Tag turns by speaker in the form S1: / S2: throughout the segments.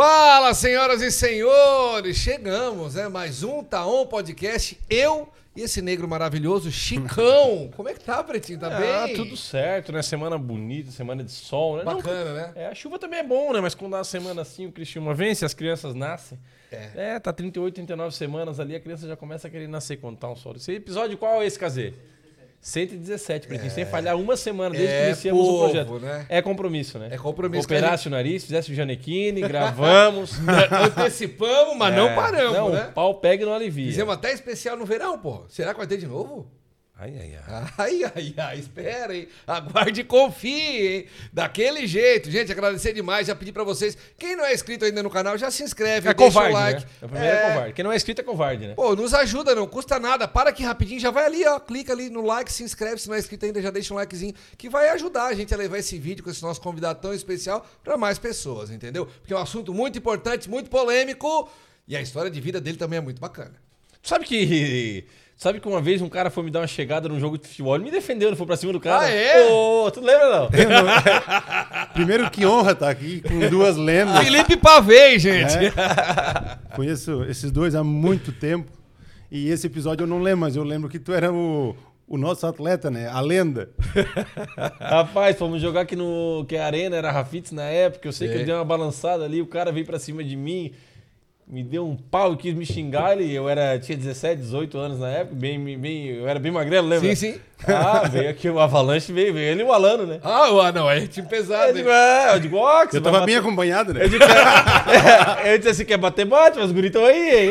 S1: Fala, senhoras e senhores! Chegamos, né? Mais um Taon Podcast. Eu e esse negro maravilhoso, Chicão. Como é que tá, Pretinho? Tá
S2: Ah,
S1: bem?
S2: tudo certo, né? Semana bonita, semana de sol, né? Não,
S1: Bacana, né?
S2: é, a chuva também é bom, né? Mas quando dá uma semana assim, o Cristiúma vence, as crianças nascem. É. tá 38, 39 semanas ali, a criança já começa a querer nascer quando tá um sol. Esse episódio qual é esse, Kazê? 117, porque sem falhar uma semana desde
S1: É
S2: que iniciamos
S1: pouco,
S2: o projeto.
S1: né?
S2: É compromisso, né?
S1: É compromisso.
S2: Operasse o nariz, fizesse o Janequine, gravamos.
S1: Antecipamos, mas não
S2: É,
S1: paramos,
S2: não,
S1: né?
S2: o pau pega e não alivia.
S1: Fizemos até especial no verão, pô. Será que vai ter de novo?
S2: Ai, ai, ai.
S1: Ai, ai, ai, espera, hein? Aguarde e confie, hein? Daquele jeito. Gente, agradecer demais. Já pedi pra vocês. Quem não é inscrito ainda no canal, já se inscreve. deixa
S2: É
S1: o
S2: covarde,
S1: like.
S2: né? É o primeiro é covarde. Quem não é inscrito é covarde, né?
S1: Pô, nos ajuda, não custa nada. Para aqui rapidinho, já vai ali, ó. Clica ali no like, se inscreve. Se não é inscrito ainda, já deixa um likezinho. Que vai ajudar a gente a levar esse vídeo com esse nosso convidado tão especial pra mais pessoas, entendeu? Porque é um assunto muito importante, muito polêmico. E a história de vida dele também é muito bacana.
S2: Tu sabe que. tu Sabe que uma vez um cara foi me dar uma chegada num jogo de futebol, ele me defendeu, ele foi pra cima do cara.
S1: Ah, é?
S2: Ô, tu lembra não?
S3: Primeiro, que honra estar aqui com duas lendas.
S1: Felipe Pavei, gente.
S3: Conheço esses dois há muito tempo. E esse episódio eu não lembro, mas eu lembro que tu era o, o nosso atleta, né? A lenda.
S2: Rapaz, fomos jogar aqui no. Que é a arena era Rafitz na época, eu sei que
S1: É.
S2: eu dei uma balançada ali, o cara veio pra cima de mim, me deu um pau e quis me xingar ele. Eu era, tinha 17, 18 anos na época, bem, bem, eu era bem magrelo, lembra?
S1: Sim, sim.
S2: Ah, veio aqui o Avalanche, veio, veio ele e o Alano, né?
S1: Ah, o- ah, não, é time
S2: Eu
S1: pesado, hein?
S2: digo, é, eu digo, ó, que você
S3: Eu
S2: vai
S3: tava bem
S2: bater-
S3: acompanhado, né?
S2: Eu disse, eu disse assim, quer bater, bate, mas os guris tão aí, hein?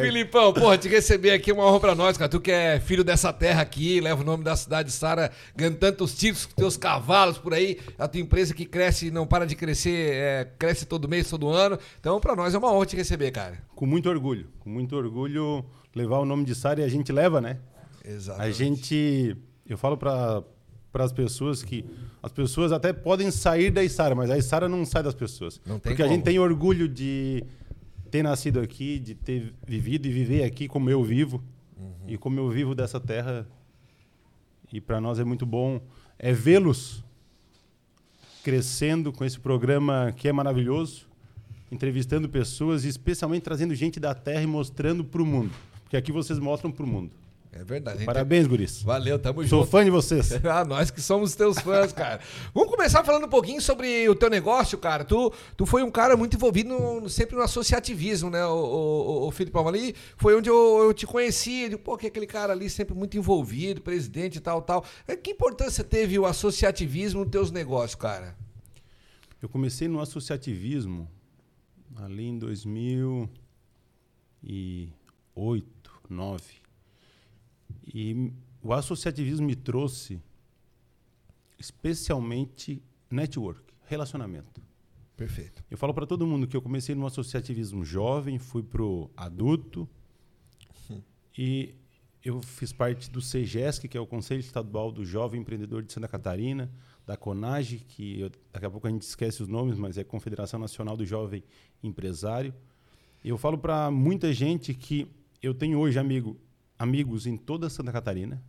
S1: Filipão, porra, te receber aqui é uma honra pra nós, cara. Tu que é filho dessa terra aqui, leva o nome da cidade Sara, ganhando tantos títulos com teus cavalos por aí, a tua empresa que cresce, e não para de crescer, é, cresce todo mês, todo ano. Então, pra nós é uma honra te receber, cara.
S3: Com muito orgulho. Com muito orgulho levar o nome de Sara e a gente leva, né?
S1: Exato.
S3: A gente. Eu falo para as pessoas que as pessoas até podem sair da Isara, mas a Isara não sai das pessoas.
S1: Não tem
S3: porque
S1: como.
S3: a gente tem orgulho de ter nascido aqui, de ter vivido e viver aqui como eu vivo.
S1: Uhum.
S3: E como eu vivo dessa terra. E para nós é muito bom é vê-los crescendo com esse programa que é maravilhoso, entrevistando pessoas e especialmente trazendo gente da terra e mostrando para o mundo. Porque aqui vocês mostram para o mundo.
S1: É verdade. a gente-
S3: Parabéns, guris.
S1: Valeu, tamo
S3: Sou
S1: junto.
S3: fã de vocês.
S1: Ah, nós que somos teus fãs, cara. Vamos começar falando um pouquinho sobre o teu negócio, cara. Tu, tu foi um cara muito envolvido no- no- sempre no associativismo, né, o, o, o- o Filipão? Ali foi onde eu, eu te conheci. Eu digo, pô, que aquele cara ali sempre muito envolvido, presidente e tal, tal. Eh, Que importância teve o associativismo nos teus negócios, cara?
S3: Eu comecei no associativismo ali em 2008, 9. E o associativismo me trouxe especialmente network, relacionamento.
S1: Perfeito.
S3: Eu falo para todo mundo que eu comecei no associativismo jovem, fui pro adulto e eu fiz parte do CEGESC, que é o Conselho Estadual do Jovem Empreendedor de Santa Catarina, da CONAGE, que eu- daqui a pouco a gente esquece os nomes, mas é Confederação Nacional do Jovem Empresário. Eu falo para muita gente que eu tenho hoje amigo, amigos em toda Santa Catarina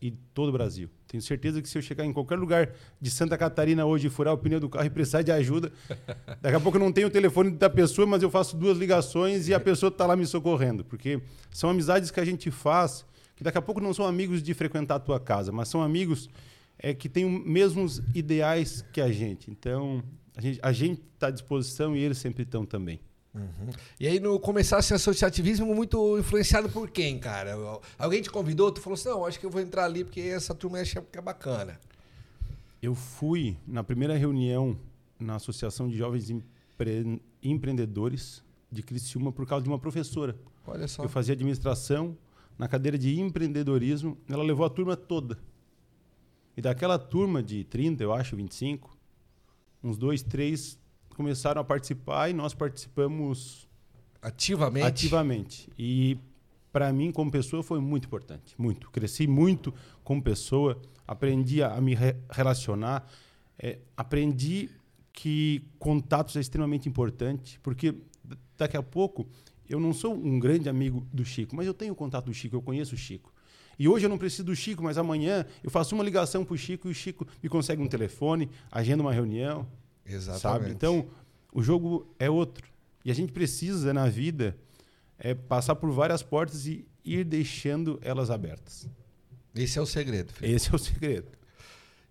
S3: e todo o Brasil. Tenho certeza que se eu chegar em qualquer lugar de Santa Catarina hoje e furar o pneu do carro e precisar de ajuda, daqui a pouco eu não tenho o telefone da pessoa, mas eu faço duas ligações e a pessoa está lá me socorrendo. Porque são amizades que a gente faz, que daqui a pouco não são amigos de frequentar a tua casa, mas são amigos é, que têm os mesmos ideais que a gente. Então, a gente a gente está à disposição e eles sempre estão também.
S1: E aí, no começasse associativismo, muito influenciado por quem, cara? Al- Alguém te convidou? Tu falou assim, não, acho que eu vou entrar ali porque essa turma acha que é bacana.
S3: Eu fui na primeira reunião na Associação de Jovens Empre- Empreendedores de Criciúma por causa de uma professora.
S1: Olha só.
S3: Eu fazia administração na cadeira de empreendedorismo, ela levou a turma toda. E daquela turma de 30, eu acho, 25, uns dois, três começaram a participar e nós participamos
S1: Ativamente.
S3: ativamente. E para mim, como pessoa, foi muito importante, muito. Cresci muito como pessoa, aprendi a me re- relacionar, eh, aprendi que contatos é extremamente importante, porque d- daqui a pouco eu não sou um grande amigo do Chico, mas eu tenho contato do Chico, eu conheço o Chico. E hoje eu não preciso do Chico, mas amanhã eu faço uma ligação para o Chico e o Chico me consegue um telefone, agenda uma reunião.
S1: Exatamente.
S3: Sabe? Então, o jogo é outro. E a gente precisa, na vida, é passar por várias portas e ir deixando elas abertas.
S1: Esse é o segredo, filho.
S3: Esse é o segredo.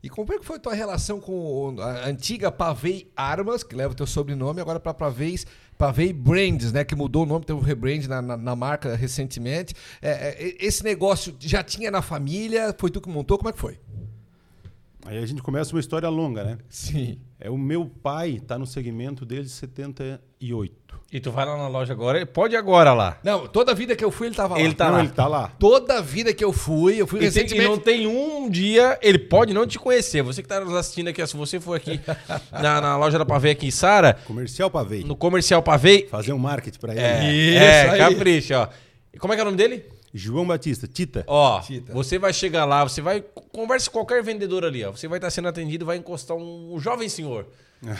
S1: E como é que foi tua relação com o- a antiga Pavei Armas, que leva o teu sobrenome, agora para Paveis, Pavei Brands, né? Que mudou o nome, teve um rebrand na, na- na marca recentemente. É, é, e- esse negócio já tinha na família? Foi tu que montou? Como é que foi?
S3: Aí a gente começa uma história longa, né?
S1: Sim.
S3: É o meu pai tá no segmento desde 78.
S2: E tu vai lá na loja agora, pode ir agora lá.
S1: Não, toda a vida que eu fui, ele tava
S2: Ele
S1: lá.
S2: tá
S3: Não,
S2: lá.
S3: ele tá lá.
S1: Toda a vida que eu fui, eu fui
S2: E, tem- e
S1: recentemente.
S2: não tem um dia, ele pode não te conhecer. Você que tá nos assistindo aqui, se você for aqui na, na loja da Pavê aqui em Sara,
S3: Comercial pra ver.
S2: no comercial Pavê,
S3: Fazer um marketing pra ele.
S2: é,
S1: Isso
S2: é,
S1: aí.
S2: capricha, ó. E como é que é o nome dele?
S3: João Batista, Tita.
S2: Ó,
S1: Tita.
S2: você vai chegar lá, você vai conversa com qualquer vendedor ali, ó. Você vai estar sendo atendido, vai encostar um, um jovem senhor.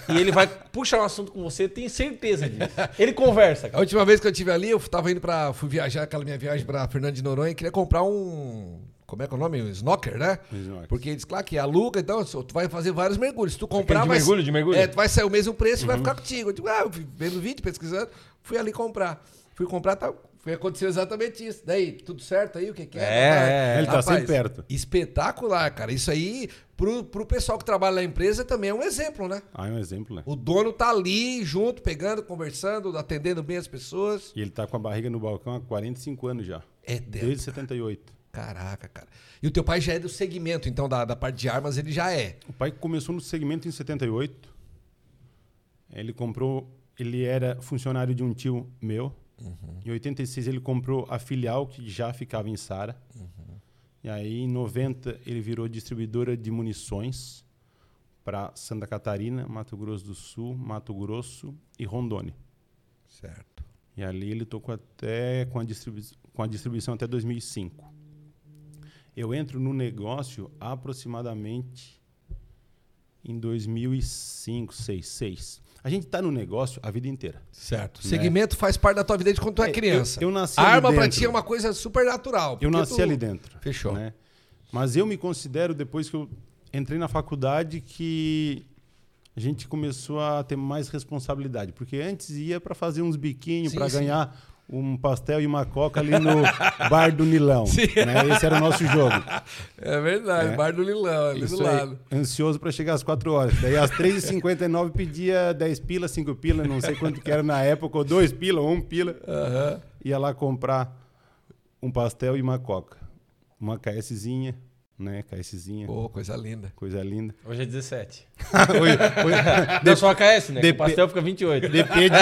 S2: e ele vai puxar um assunto com você, tem certeza disso. Ele conversa,
S1: A
S2: cara.
S1: última vez que eu estive ali, eu tava indo pra. Fui viajar, aquela minha viagem pra Fernando de Noronha, e queria comprar um. Como é que é o nome? Um snorkel, né?
S3: Um snorkel.
S1: Porque eles, claro que aluga, então só tu vai fazer vários mergulhos. Se tu comprar.
S2: de
S1: vai-
S2: mergulho, de mergulho? Uhum.
S1: É, tu vai sair o mesmo preço e vai ficar contigo. Eu digo, ah, eu fui vendo vídeo, pesquisando, fui ali comprar. Fui comprar, tá. Foi acontecer exatamente isso. Daí, tudo certo aí? O que, que é?
S2: É,
S1: Rapaz,
S2: é, é.
S3: Ele tá sempre perto.
S1: Espetacular, cara. Isso aí, pro, pro pessoal que trabalha na empresa, também é um exemplo, né?
S3: Ah, é um exemplo, né?
S1: O dono tá ali junto, pegando, conversando, atendendo bem as pessoas.
S3: E ele tá com a barriga no balcão há 45 anos já.
S1: É tempo.
S2: tá.
S3: Desde 78.
S1: Caraca, cara. E o teu pai já é do segmento, então, da, da parte de armas, ele já é.
S3: O pai começou no segmento em 78. Ele comprou. Ele era funcionário de um tio meu. Em 86 ele comprou a filial que já ficava em Sara. E aí em 90 ele virou distribuidora de munições para Santa Catarina, Mato Grosso do Sul, Mato Grosso e Rondônia.
S1: Certo.
S3: E ali ele tocou até com a, distribu com a distribuição até 2005. Eu entro no negócio aproximadamente em 2005, 6, 6. A gente tá no negócio a vida inteira.
S1: Certo. O segmento faz parte da tua vida desde quando tu é
S3: Né? É,
S1: criança.
S3: eu- eu nasci
S1: A
S3: ali
S1: arma pra
S3: dentro.
S1: ti é uma coisa super natural.
S3: Eu
S1: porque
S3: nasci
S1: tu-
S3: ali dentro.
S1: Fechou.
S3: né? Mas eu me considero, depois que eu entrei na faculdade, que a gente começou a ter mais responsabilidade. Porque antes ia para fazer uns biquinhos,
S1: Sim,
S3: para
S1: sim.
S3: ganhar um pastel e uma coca ali no bar do Nilão. né? Esse era o nosso jogo.
S1: É verdade,
S3: É.
S1: bar do Lilão, ali
S3: Isso
S1: do lado.
S3: aí, ansioso para chegar às 4 horas. Daí às 3h59 pedia 10 pila, 5 pila, não sei quanto que era na época, ou 2 pila, ou 1 pila. Ia lá comprar um pastel e uma coca. Uma KSzinha, né? KSzinha,
S1: Pô, coisa linda.
S3: coisa linda.
S2: Hoje é 17.
S3: Oi, oi.
S2: Deu só a KS, né? Que O
S3: Dep-
S2: pastel fica 28.
S3: Depende.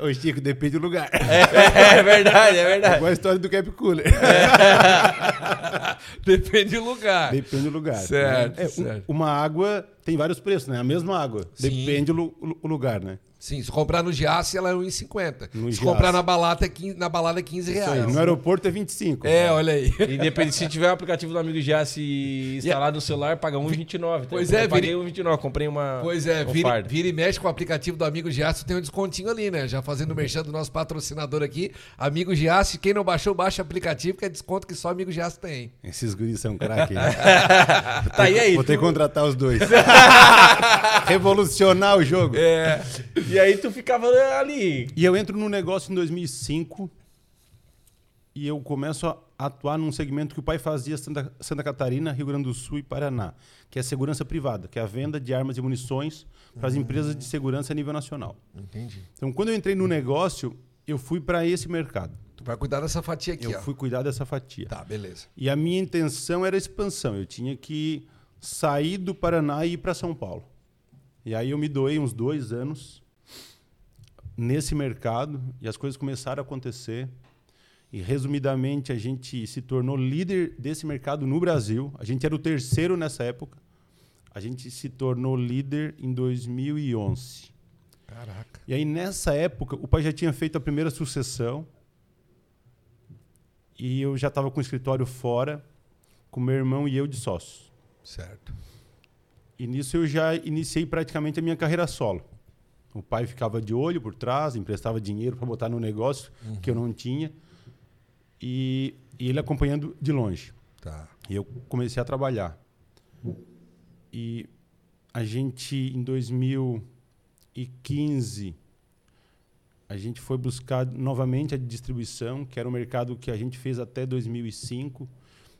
S3: Ô, Chico, depende do lugar. É.
S2: É, verdade, é verdade.
S3: Igual a história do Cap Cooler.
S1: É. Depende do lugar.
S3: Depende do lugar.
S1: Certo,
S3: né? É, um-
S1: certo.
S3: uma água tem vários preços, né? A mesma água.
S1: Sim.
S3: Depende do lu- lu- lugar, né?
S1: Sim, se comprar no Giasse, ela é 1,50.
S3: No
S1: Se
S3: Giasse.
S1: comprar na balada, é 15, na balada é 15
S3: Isso aí,
S1: reais.
S3: No aeroporto é 25.
S1: É, olha aí.
S2: Independente, se tiver o aplicativo do amigo já se instalar no celular, paga 1,29. tá?
S1: Pois é,
S2: eu paguei
S1: Vini.
S2: 1,29, comprei uma.
S1: Pois é,
S2: um
S1: vira,
S2: fardo.
S1: vira e mexe com o aplicativo do Amigo Giassi, tem um descontinho ali, né? Já fazendo o merchan do nosso patrocinador aqui, Amigo Giassi. Quem não baixou, baixa o aplicativo, que é desconto que só Amigo Giassi tem.
S3: Esses guris são craque. hein?
S2: Tá aí aí.
S3: Vou ter que
S2: tu-
S3: contratar os dois. Revolucionar o jogo.
S2: É. E aí tu ficava ali.
S3: E eu entro num negócio em 2005 e eu começo a atuar num segmento que o pai fazia Santa, Santa Catarina, Rio Grande do Sul e Paraná, que é a segurança privada, que é a venda de armas e munições para as empresas de segurança a nível nacional.
S1: Entendi.
S3: Então, quando eu entrei no negócio, eu fui para esse mercado.
S1: Tu vai cuidar dessa fatia aqui,
S3: Eu
S1: ó.
S3: fui cuidar dessa fatia.
S1: Tá, beleza.
S3: E a minha intenção era expansão. Eu tinha que sair do Paraná e ir para São Paulo. E aí eu me doei uns dois anos nesse mercado e as coisas começaram a acontecer. E resumidamente a gente se tornou líder desse mercado no Brasil. A gente era o terceiro nessa época. A gente se tornou líder em 2011.
S1: Caraca.
S3: E aí, nessa época, o pai já tinha feito a primeira sucessão. E eu já estava com o escritório fora, com meu irmão e eu de sócio.
S1: Certo.
S3: E nisso eu já iniciei praticamente a minha carreira solo. O pai ficava de olho por trás, emprestava dinheiro para botar no negócio que eu não tinha. E, e ele acompanhando de longe.
S1: Tá.
S3: E eu comecei a trabalhar. E a gente, em 2015, a gente foi buscar novamente a distribuição, que era um mercado que a gente fez até 2005.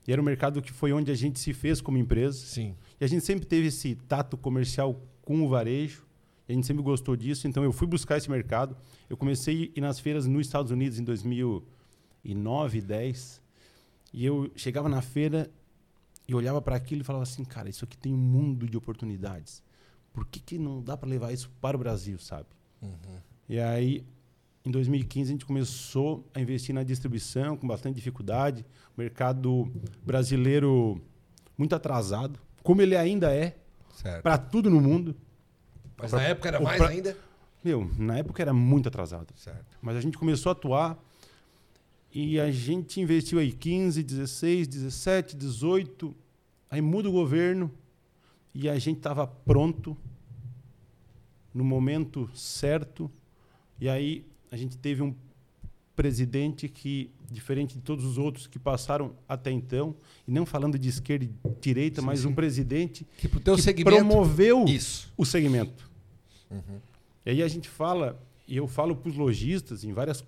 S3: E era um mercado que foi onde a gente se fez como empresa.
S1: Sim.
S3: E a gente sempre teve esse tato comercial com o varejo. E a gente sempre gostou disso. Então eu fui buscar esse mercado. Eu comecei a ir nas feiras nos Estados Unidos em 2009, 10. E eu chegava na feira e olhava para aquilo e falava assim, cara, isso aqui tem um mundo de oportunidades. Por que, que não dá para levar isso para o Brasil, sabe? E aí, em 2015, a gente começou a investir na distribuição com bastante dificuldade. O mercado brasileiro muito atrasado, como ele ainda é,
S1: Certo.
S3: para tudo no mundo.
S1: Mas
S3: pra-
S1: na época era
S3: ou
S1: mais
S3: pra-
S1: ainda?
S3: Meu, na época era muito atrasado.
S1: Certo.
S3: Mas a gente começou a atuar e a gente investiu aí 15, 16, 17, 18. Aí muda o governo e a gente estava pronto no momento certo. E aí a gente teve um presidente que, diferente de todos os outros que passaram até então, e não falando de esquerda e direita, mas um presidente
S1: Que pro teu
S3: que
S1: segmento.
S3: promoveu
S1: Isso.
S3: o segmento. E aí a gente fala, e eu falo para os lojistas em várias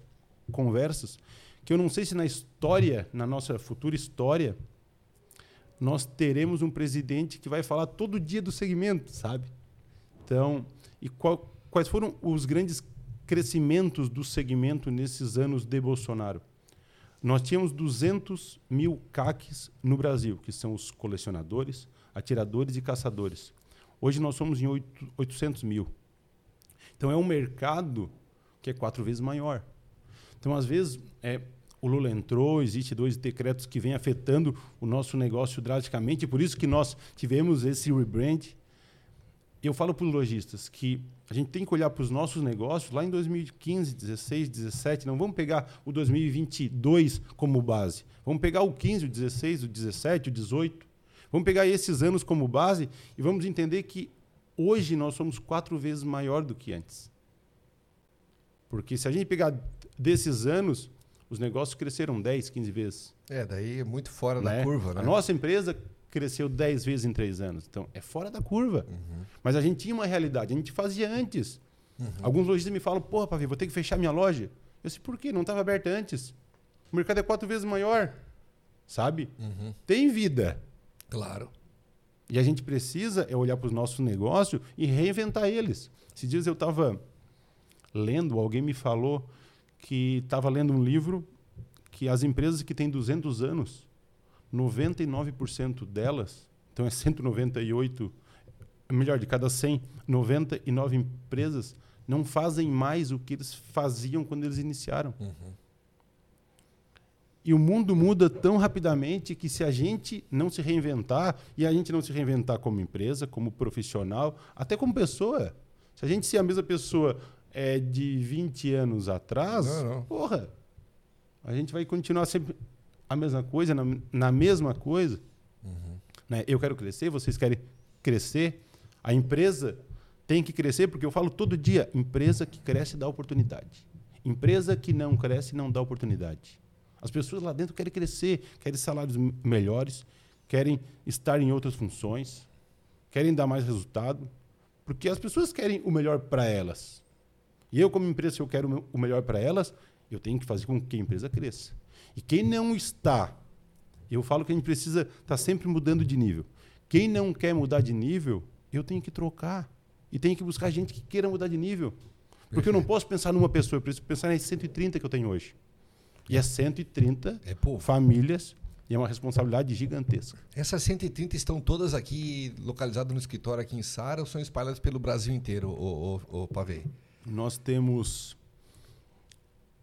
S3: conversas, que eu não sei se na história, na nossa futura história, nós teremos um presidente que vai falar todo dia do segmento, sabe? Então, e qual- quais foram os grandes crescimentos do segmento nesses anos de Bolsonaro? Nós tínhamos 200 mil CACs no Brasil, que são os colecionadores, atiradores e caçadores. Hoje nós somos em oito- 800 mil. Então é um mercado que é quatro vezes maior. Então, às vezes, é, o Lula entrou, existe dois decretos que vêm afetando o nosso negócio drasticamente, por isso que nós tivemos esse rebrand. Eu falo para os lojistas que a gente tem que olhar para os nossos negócios lá em 2015, 16, 17. Não vamos pegar o 2022 como base. Vamos pegar o 15, o 16, o 17, o 18. Vamos pegar esses anos como base e vamos entender que hoje nós somos quatro vezes maior do que antes. Porque se a gente pegar desses anos, os negócios cresceram 10, 15 vezes.
S1: É, daí é muito fora
S3: né?
S1: da curva, né?
S3: A nossa empresa cresceu 10 vezes em 3 anos. Então, é fora da curva.
S1: Uhum.
S3: Mas a gente tinha uma realidade, a gente fazia antes. Alguns lojistas me falam, porra, Pavê, vou ter que fechar minha loja. Eu disse, por quê? Não estava aberta antes. O mercado é quatro vezes maior, sabe?
S1: Uhum.
S3: Tem vida.
S1: Claro.
S3: E a gente precisa é olhar para os nossos negócios e reinventar eles. Esses dias eu estava lendo, alguém me falou que estava lendo um livro que as empresas que têm 200 anos, 99% delas, então é 198, melhor, de cada 100, 99 empresas não fazem mais o que eles faziam quando eles iniciaram.
S1: Uhum.
S3: E o mundo muda tão rapidamente que se a gente não se reinventar, e a gente não se reinventar como empresa, como profissional, até como pessoa. Se a gente ser a mesma pessoa é, de 20 anos atrás,
S1: Não, não.
S3: porra, a gente vai continuar sempre a mesma coisa, na, na mesma coisa.
S1: Uhum.
S3: Né? Eu quero crescer, vocês querem crescer, a empresa tem que crescer, porque eu falo todo dia, empresa que cresce dá oportunidade. Empresa que não cresce não dá oportunidade. As pessoas lá dentro querem crescer, querem salários m- melhores, querem estar em outras funções, querem dar mais resultado, porque as pessoas querem o melhor para elas. E eu, como empresa, se eu quero o meu- o melhor para elas, eu tenho que fazer com que a empresa cresça. E quem não está, eu falo que a gente precisa estar sempre mudando de nível. Quem não quer mudar de nível, eu tenho que trocar. E tenho que buscar gente que queira mudar de nível. Porque eu não posso pensar numa pessoa, eu preciso pensar nas 130 que eu tenho hoje. E é 130
S1: É povo.
S3: famílias e é uma responsabilidade gigantesca.
S1: Essas 130 estão todas aqui localizadas no escritório aqui em Sara ou são espalhadas pelo Brasil inteiro, ô, ô, ô Pavê?
S3: Nós temos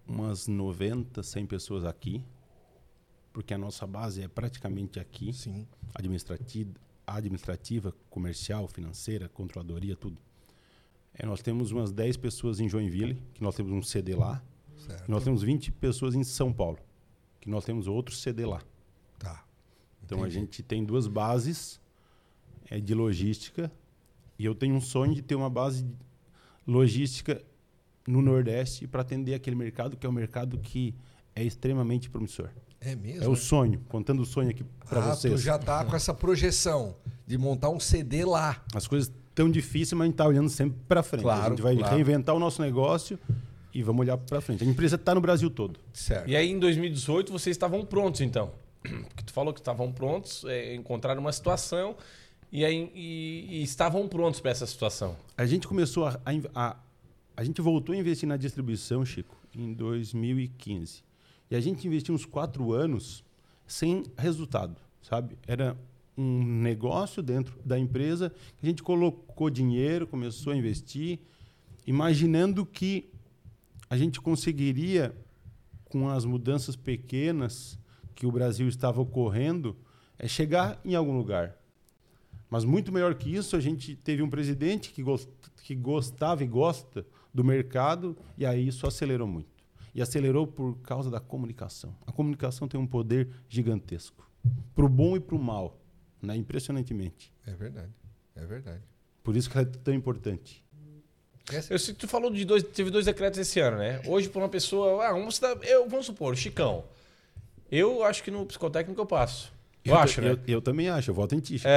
S3: umas 90, 100 pessoas aqui, porque a nossa base é praticamente aqui.
S1: Sim.
S3: administrativa, administrativa, comercial, financeira, controladoria, tudo. É, nós temos umas 10 pessoas em Joinville, que nós temos um CD lá.
S1: Certo.
S3: E nós temos 20 pessoas em São Paulo, que nós temos outro CD lá.
S1: Tá.
S3: Então a gente tem duas bases é, de logística e eu tenho um sonho de ter uma base logística no Nordeste para atender aquele mercado que é um mercado que é extremamente promissor.
S1: É mesmo?
S3: É o sonho, contando o sonho aqui para
S1: ah, tu
S3: vocês.
S1: já tá com essa projeção de montar um CD lá.
S3: As coisas tão difícil, mas a gente está olhando sempre para frente.
S1: Claro,
S3: a gente vai
S1: claro.
S3: reinventar o nosso negócio e vamos olhar para frente. A empresa está no Brasil todo.
S1: Certo.
S2: E aí, em 2018, vocês estavam prontos, então. Porque tu falou que estavam prontos, é, encontraram uma situação e, aí, e- e estavam prontos para essa situação.
S3: A gente começou a, a inv- a- a gente voltou a investir na distribuição, Chico, em 2015. E a gente investiu uns quatro anos sem resultado, sabe? Era um negócio dentro da empresa que a gente colocou dinheiro, começou a investir, imaginando que a gente conseguiria, com as mudanças pequenas que o Brasil estava ocorrendo, é chegar em algum lugar. Mas muito melhor que isso, a gente teve um presidente que, gos- que gostava e gosta do mercado, e aí isso acelerou muito. E acelerou por causa da comunicação. A comunicação tem um poder gigantesco, para o bom e para o mal, né? impressionantemente.
S1: É verdade. É verdade.
S3: Por isso que ela é tão importante.
S1: Essa-
S2: Eu sei que tu falou de dois, teve dois decretos esse ano, né? Hoje, para uma pessoa. Ah, vamos, dar- eu, vamos supor, o Chicão. Eu acho que no psicotécnico eu passo. Eu,
S3: ta-
S2: acho, né? É.
S3: eu, eu também acho, eu voto em ti. Chico.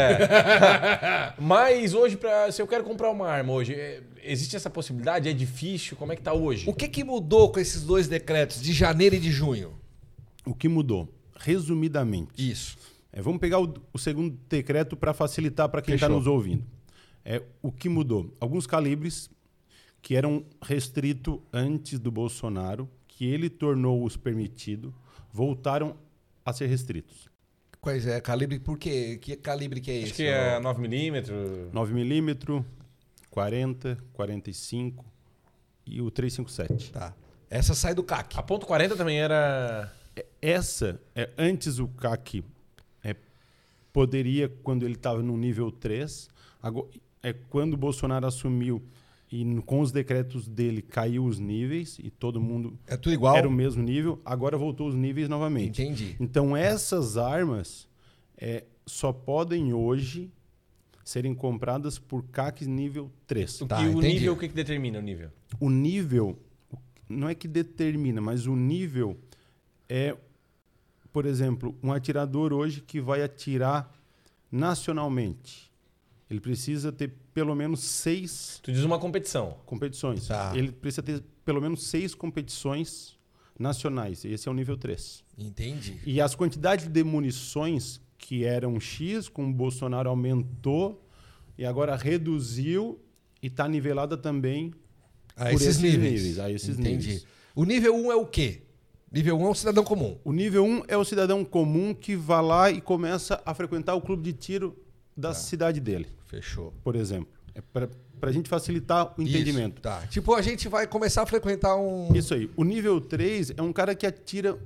S2: Mas hoje, pra, se eu quero comprar uma arma hoje, é- existe essa possibilidade? É difícil? Como é que tá hoje?
S1: O que que mudou com esses dois decretos de janeiro e de junho?
S3: O que mudou? Resumidamente,
S1: Isso.
S3: É, vamos pegar o, o segundo decreto para facilitar para quem está
S2: Fechou.
S3: nos ouvindo. É, o que mudou? Alguns calibres que eram restrito antes do Bolsonaro, que ele tornou-os permitido, voltaram a ser restritos.
S1: Quais é? Calibre por quê? Que calibre que é esse?
S2: Acho que é 9mm.
S3: 9mm, 40, 45 e o 357.
S1: Tá. Essa sai do CAC.
S2: A ponto 40 também era.
S3: É, Essa, é, antes o CAC é, poderia, quando ele estava no nível 3, ago- é, quando o Bolsonaro assumiu e n- com os decretos dele caiu os níveis e todo mundo
S1: É tudo igual?
S3: era o mesmo nível, agora voltou os níveis novamente.
S1: Entendi.
S3: Então essas armas é, só podem hoje serem compradas por CACs nível 3.
S2: O,
S1: Tá,
S2: que, o
S1: entendi.
S2: nível, o que, que determina o nível?
S3: O nível não é que determina, mas o nível é, por exemplo, um atirador hoje que vai atirar nacionalmente. Ele precisa ter pelo menos seis
S2: Tu diz uma competição.
S3: competições.
S1: Tá.
S3: Ele precisa ter pelo menos seis competições nacionais. Esse é o nível 3.
S1: Entendi.
S3: E as quantidades de munições que eram X, com o Bolsonaro aumentou e agora reduziu e está nivelada também
S1: A
S3: Por
S1: Ah, esses,
S3: esses
S1: níveis.
S3: níveis, a esses
S1: Entendi.
S3: níveis.
S1: O nível 1 é o quê? Nível 1 é o cidadão comum.
S3: O nível 1 é o cidadão comum que vai lá e começa a frequentar o clube de tiro
S1: Tá.
S3: da cidade dele,
S1: Fechou.
S3: por exemplo. É para a gente facilitar o
S1: Isso,
S3: entendimento.
S1: tá. Tipo, a gente vai começar a frequentar um.
S3: Isso, aí. O nível 3 é um cara que atira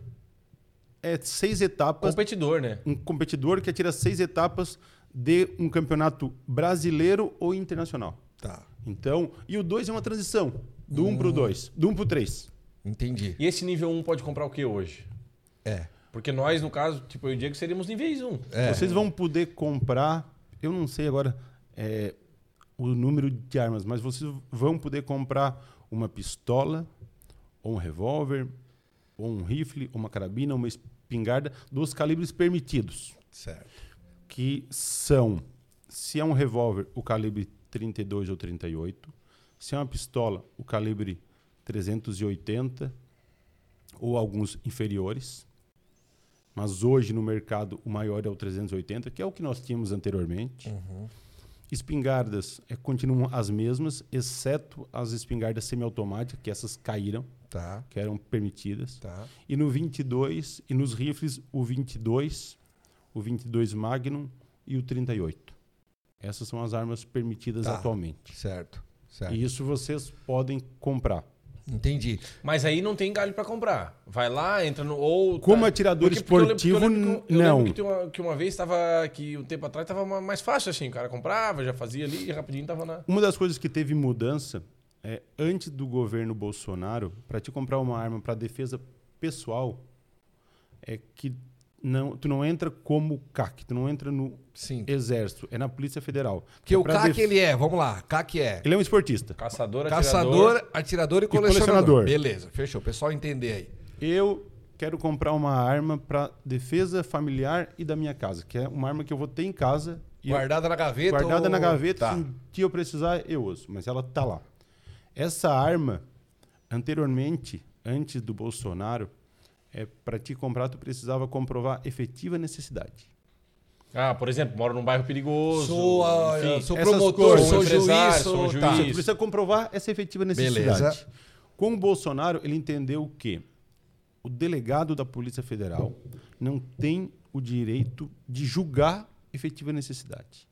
S3: é, seis etapas.
S2: Competidor, né?
S3: Um competidor que atira seis etapas de um campeonato brasileiro ou internacional.
S1: Tá.
S3: Então, e o 2 é uma transição. Do 1 um para o
S1: Ah.
S3: 2. Do 1 um para o 3.
S1: Entendi.
S2: E esse nível 1 pode comprar o que hoje?
S1: É.
S2: Porque nós, no caso, tipo eu e o Diego, seríamos níveis 1.
S1: É.
S3: Vocês vão poder comprar, eu não sei agora é, o número de armas, mas vocês vão poder comprar uma pistola, ou um revólver, ou um rifle, ou uma carabina, uma espingarda dos calibres permitidos,
S1: Certo.
S3: que são, se é um revólver, o calibre 32 ou 38, se é uma pistola, o calibre 380 ou alguns inferiores. Mas hoje no mercado o maior é o 380, que é o que nós tínhamos anteriormente. Espingardas eh, continuam as mesmas, exceto as espingardas semiautomáticas, que essas caíram,
S1: Tá.
S3: que eram permitidas.
S1: Tá.
S3: E no 22, e nos rifles o 22, o 22 Magnum e o 38. Essas são as armas permitidas
S1: Tá.
S3: atualmente.
S1: Certo. Certo.
S3: E isso vocês podem comprar.
S1: Entendi.
S2: Mas aí não tem galho pra comprar. Vai lá, entra no. Ou tá.
S3: Como atirador
S2: eu
S3: esportivo,
S2: lembro que eu- eu
S3: não.
S2: lembro que, tem uma, que uma vez tava. Que um tempo atrás tava ma- mais fácil assim. O cara comprava, já fazia ali e rapidinho tava na.
S3: Uma das coisas que teve mudança é antes do governo Bolsonaro, para te comprar uma arma para defesa pessoal, é que não, tu não entra como CAC, tu não entra no
S1: Sim.
S3: exército, é na Polícia Federal.
S1: Porque o
S3: Pra
S1: CAC
S3: def-
S1: ele é, vamos lá. CAC é
S3: ele é um esportista.
S2: Caçador,
S1: caçador,
S2: atirador.
S1: atirador, e colecionador.
S3: colecionador.
S1: Beleza, fechou. O pessoal entender aí.
S3: Eu quero comprar uma arma para defesa familiar e da minha casa, que é uma arma que eu vou ter em casa E eu-
S1: Guardada na gaveta.
S3: guardada
S1: ou-
S3: na gaveta.
S1: Tá.
S3: Se um dia eu precisar, eu uso. Mas ela tá lá. Essa arma, anteriormente, antes do Bolsonaro, é, para te comprar, tu precisava comprovar efetiva necessidade.
S2: Ah, por exemplo, moro num bairro perigoso.
S1: Sou, ah, eu sou
S3: Tá. essas
S1: promotor,
S3: coisas.
S1: sou
S2: Um
S1: juiz,
S2: empresário,
S1: sou
S2: sou
S1: tá.
S3: Tá, tu
S2: Isso.
S3: precisa comprovar essa efetiva necessidade.
S1: Beleza.
S3: Com o Bolsonaro, ele entendeu que o delegado da Polícia Federal não tem o direito de julgar efetiva necessidade.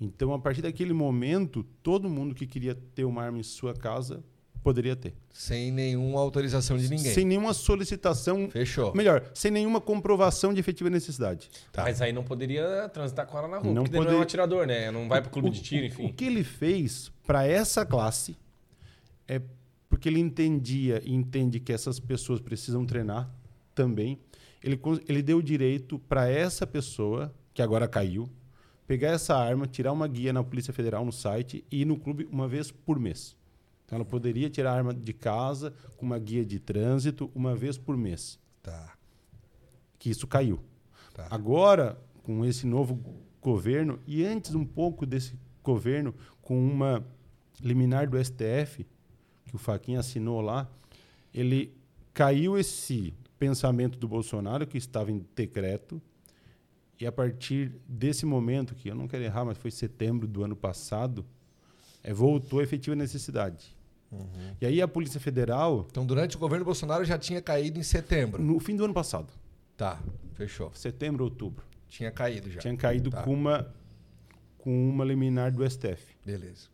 S3: Então, a partir daquele momento, todo mundo que queria ter uma arma em sua casa poderia ter.
S1: Sem nenhuma autorização de ninguém.
S3: Sem nenhuma solicitação.
S1: Fechou.
S3: Melhor, sem nenhuma comprovação de efetiva necessidade.
S2: Tá. Mas aí não poderia transitar com ela na rua,
S3: Não
S2: porque daí não é um
S3: poderia.
S2: atirador, né? Não vai pro clube
S3: O-
S2: de tiro,
S3: o- O
S2: enfim.
S3: que ele fez para essa classe é porque ele entendia e entende que essas pessoas precisam treinar também. Ele, cons- ele deu o direito para essa pessoa, que agora caiu, pegar essa arma, tirar uma guia na Polícia Federal no site e ir no clube uma vez por mês. Então ela poderia tirar a arma de casa com uma guia de trânsito uma vez por mês
S1: Tá.
S3: que isso caiu.
S1: Tá.
S3: Agora, com esse novo governo, e antes um pouco desse governo, com uma liminar do STF, que o Faquinha assinou lá, ele caiu esse pensamento do Bolsonaro, que estava em decreto, e a partir desse momento, que eu não quero errar, mas foi setembro do ano passado, eh, voltou a efetiva necessidade. E aí a Polícia Federal,
S1: Então, durante o governo Bolsonaro já tinha caído em setembro.
S3: no fim do ano passado,
S1: Tá, fechou.
S3: setembro, outubro,
S1: Tinha caído já.
S3: tinha caído
S1: Tá.
S3: com uma com uma liminar do STF.
S1: Beleza.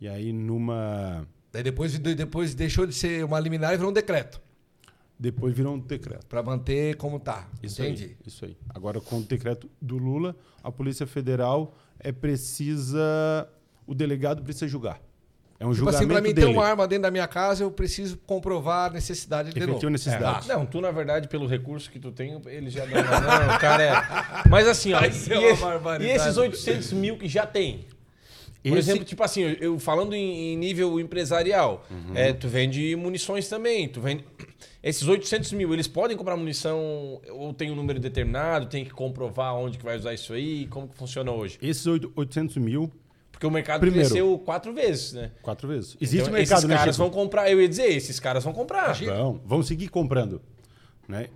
S3: E aí numa
S1: Daí depois, depois deixou de ser uma liminar e virou um decreto.
S3: depois virou um decreto.
S1: Pra manter como tá.
S3: Isso
S1: Entendi.
S3: aí, isso aí. Agora com o decreto do Lula, a Polícia Federal é precisa o delegado precisa julgar. É um
S1: Tipo assim,
S3: julgamento
S1: pra mim ter
S3: dele.
S1: uma arma dentro da minha casa, eu preciso comprovar a necessidade de
S3: Efetiva
S1: novo.
S3: necessidade.
S1: É, tá.
S2: Não, tu, na verdade, pelo recurso que tu tem, ele já dá uma... Não, o cara é... Mas assim, ó...
S1: Vai
S2: e
S1: ser uma
S2: esse-
S1: barbaridade.
S2: e esses 800 mil que já tem? Por
S3: Esse-
S2: exemplo, tipo assim, eu, eu falando em, em nível empresarial,
S3: Uhum.
S2: é, tu vende munições também, tu vende... Esses 800 mil, eles podem comprar munição ou tem um número determinado, tem que comprovar onde que vai usar isso aí, como que funciona hoje?
S3: Esses oito- 800 mil,
S2: Porque o mercado
S3: Primeiro.
S2: cresceu quatro vezes, né?
S3: quatro vezes. Existe
S2: Então,
S3: um mercado,
S2: esses
S3: né,
S2: caras
S3: Chico?
S2: vão comprar, eu ia dizer, esses caras vão comprar.
S3: Vão, vão seguir comprando. Né?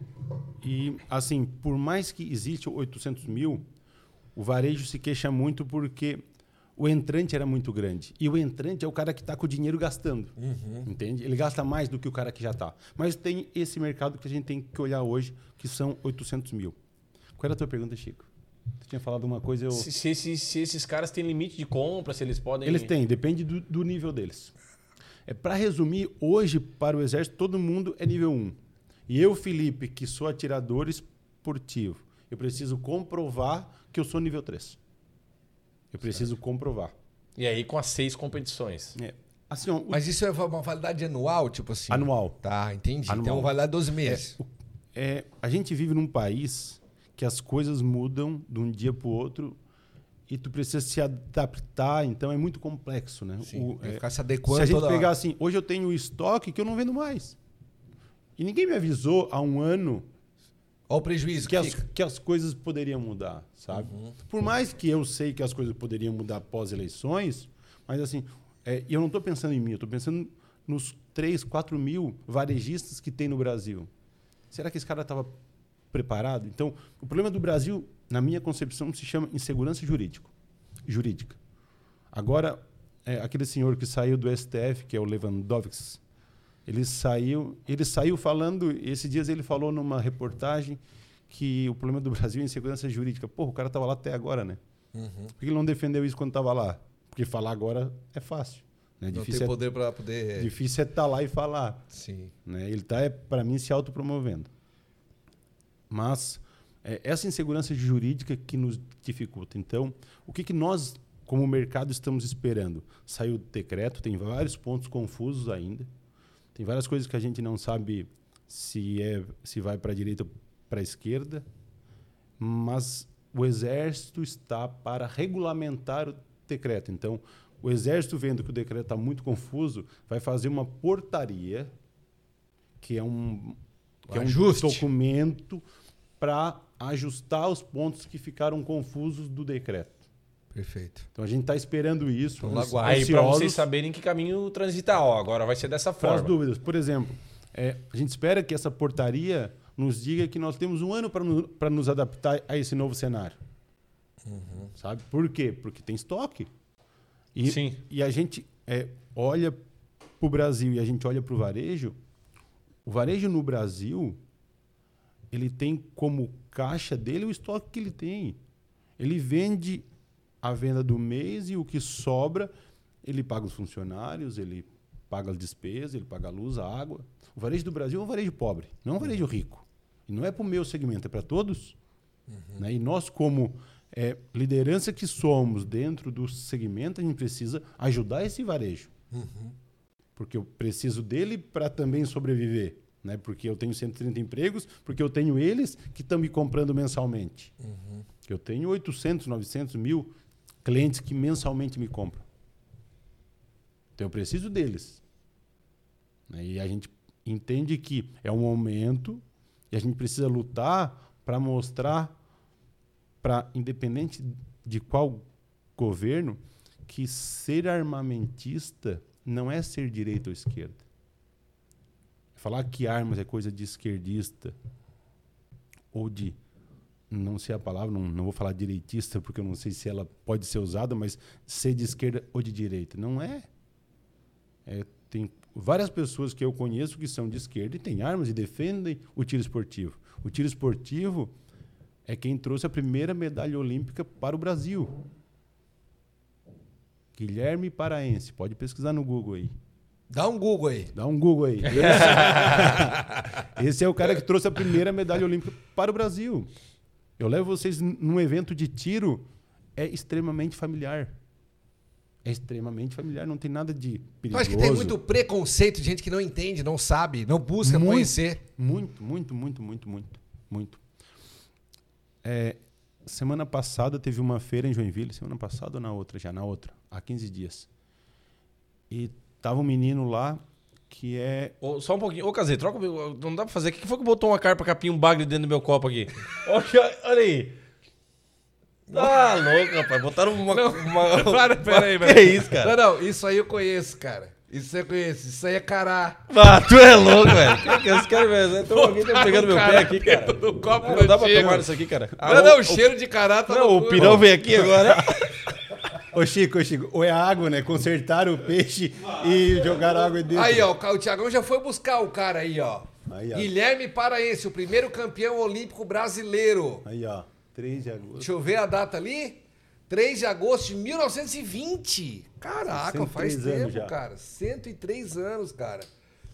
S3: E, assim, por mais que existe 800 mil, o varejo se queixa muito porque o entrante era muito grande. E o entrante é o cara que está com o dinheiro gastando. Entende? Ele gasta mais do que o cara que já está. Mas tem esse mercado que a gente tem que olhar hoje, que são 800 mil. Qual era a tua pergunta, Chico? Tu tinha falado uma coisa, eu...
S2: Se, se esses- se esses caras têm limite de compra, se eles podem.
S3: Eles têm, depende do, do nível deles. É para resumir, hoje para o exército todo mundo é nível 1. E eu, Felipe, que sou atirador esportivo, eu preciso comprovar que eu sou nível 3. Eu preciso comprovar.
S2: E aí com as seis competições.
S3: É. Assim, ó, o-
S1: Mas isso é uma validade anual, tipo assim?
S3: anual.
S1: Tá, entendi.
S3: Anual.
S1: Então, validade 12 meses.
S3: O- é, a gente vive num país que as coisas mudam de um dia para o outro e tu precisa se adaptar, então é muito complexo, né?
S1: Sim,
S3: O-
S1: tem que
S3: é,
S1: ficar se adequando
S3: Se a gente
S1: toda hora.
S3: pegar assim, hoje eu tenho estoque que eu não vendo mais. E ninguém me avisou há um ano
S1: Olha o prejuízo
S3: que
S1: que,
S3: as,
S1: fica.
S3: que as coisas poderiam mudar, sabe?
S1: Uhum.
S3: Por mais que eu sei que as coisas poderiam mudar após eleições, mas assim, é, e eu não estou pensando em mim, eu estou pensando nos 3, 4 mil varejistas que tem no Brasil. Será que esse cara estava preparado? Então, o problema do Brasil, na minha concepção, se chama insegurança jurídico, jurídica. Agora, é, aquele senhor que saiu do STF, que é o Lewandowski, ele saiu, ele saiu falando, esses dias ele falou numa reportagem que o problema do Brasil é insegurança jurídica. Porra, o cara estava lá até agora, né?
S1: Uhum.
S3: Por que ele não defendeu isso quando estava lá? Porque falar agora é fácil. Né?
S1: Não tem
S3: Difícil
S1: poder pra
S3: é
S1: poder...
S3: estar lá e falar.
S1: Sim.
S3: Né? Ele está, é, para mim, se autopromovendo. Mas é essa insegurança jurídica que nos dificulta. Então, o que, que nós, como mercado, estamos esperando? Saiu o decreto, tem vários pontos confusos ainda. Tem várias coisas que a gente não sabe se, é, se vai para a direita ou para a esquerda. Mas o Exército está para regulamentar o decreto. Então, o Exército, vendo que o decreto está muito confuso, vai fazer uma portaria que é um, que é um
S1: Ajuste.
S3: documento para ajustar os pontos que ficaram confusos do decreto.
S1: Perfeito.
S3: Então a gente está esperando isso,
S1: Então,
S3: ans-
S1: aguarde.
S2: Aí, pra vocês
S3: ansiosos
S2: saberem que caminho transitar. Ó, agora vai ser dessa
S3: para as
S2: forma.
S3: dúvidas. Por exemplo, é, a gente espera que essa portaria nos diga que nós temos um ano para nos adaptar a esse novo cenário. Sabe? Por quê? Porque tem estoque. E,
S2: Uhum. Sim.
S3: e a gente é, olha para o Brasil e a gente olha para o varejo. O varejo no Brasil, ele tem como caixa dele o estoque que ele tem. Ele vende a venda do mês e o que sobra, ele paga os funcionários, ele paga as despesas, ele paga a luz, a água. O varejo do Brasil é um varejo pobre, não é um varejo rico. E não é para o meu segmento, é para todos. Né? E nós, como é, liderança que somos dentro do segmento, a gente precisa ajudar esse varejo. Porque eu preciso dele para também sobreviver. Né? Porque eu tenho 130 empregos, porque eu tenho eles que estão me comprando mensalmente. Eu tenho 800, 900 mil clientes que mensalmente me compram. Então eu preciso deles. Né? E a gente entende que é um momento e a gente precisa lutar para mostrar para independente de qual governo que ser armamentista não é ser direita ou esquerda. Falar que armas é coisa de esquerdista ou de não sei a palavra, não, não vou falar direitista porque eu não sei se ela pode ser usada, mas ser de esquerda ou de direita não é. É, tem várias pessoas que eu conheço que são de esquerda e têm armas e defendem o tiro esportivo. O tiro esportivo é quem trouxe a primeira medalha olímpica para o Brasil. Guilherme Paraense, pode pesquisar no Google aí.
S1: Dá um Google aí.
S3: Dá um Google aí. Esse, Esse é o cara que trouxe a primeira medalha olímpica para o Brasil. Eu levo vocês n- num evento de tiro, é extremamente familiar. É extremamente familiar, não tem nada de
S1: Eu
S3: perigoso.
S1: acho que tem muito preconceito de gente que não entende, não sabe, não busca
S3: Muito.
S1: conhecer.
S3: Muito, muito, muito, muito, muito, muito. É, semana passada teve uma feira em Joinville, semana passada ou na outra, já na outra, há 15 dias. E tava um menino lá que é.
S2: Ô, só um pouquinho. Ô, Casei, troca. o meu- Não dá pra fazer. O que que foi que botou uma carpa capinha, um bagre dentro do meu copo aqui? olha, olha aí. Tá louco, rapaz. Botaram uma. uma...
S1: Para, peraí,
S2: Que
S1: peraí.
S2: isso, cara?
S1: Não, não, isso aí eu conheço, cara. Isso eu conheço. Isso aí é cará.
S2: Ah, tu é louco, velho. Que que é esse cara, velho? Então, alguém tá pegando meu pé
S1: Cara,
S2: aqui, cara.
S1: dentro do copo
S2: Não, não dá pra
S1: antigo.
S2: tomar isso aqui, cara. Ah,
S1: Não,
S2: o-
S1: não, o cheiro de cará tá
S2: Não, o
S1: loucura.
S2: pirão veio aqui agora.
S3: Ô Chico, ô Chico, ou é água, né? Consertaram o peixe
S2: Ah.
S3: e jogaram água dentro.
S1: Aí, ó, o Ca- o Thiagão já foi buscar o cara aí, ó.
S3: Aí, ó.
S1: Guilherme Paraense, o primeiro campeão olímpico brasileiro.
S3: Aí, ó. 3 de agosto.
S1: Deixa eu ver a data ali. 3 de agosto de 1920. Caraca, faz
S3: 103
S1: tempo,
S3: anos já.
S1: cara. 103 anos, cara.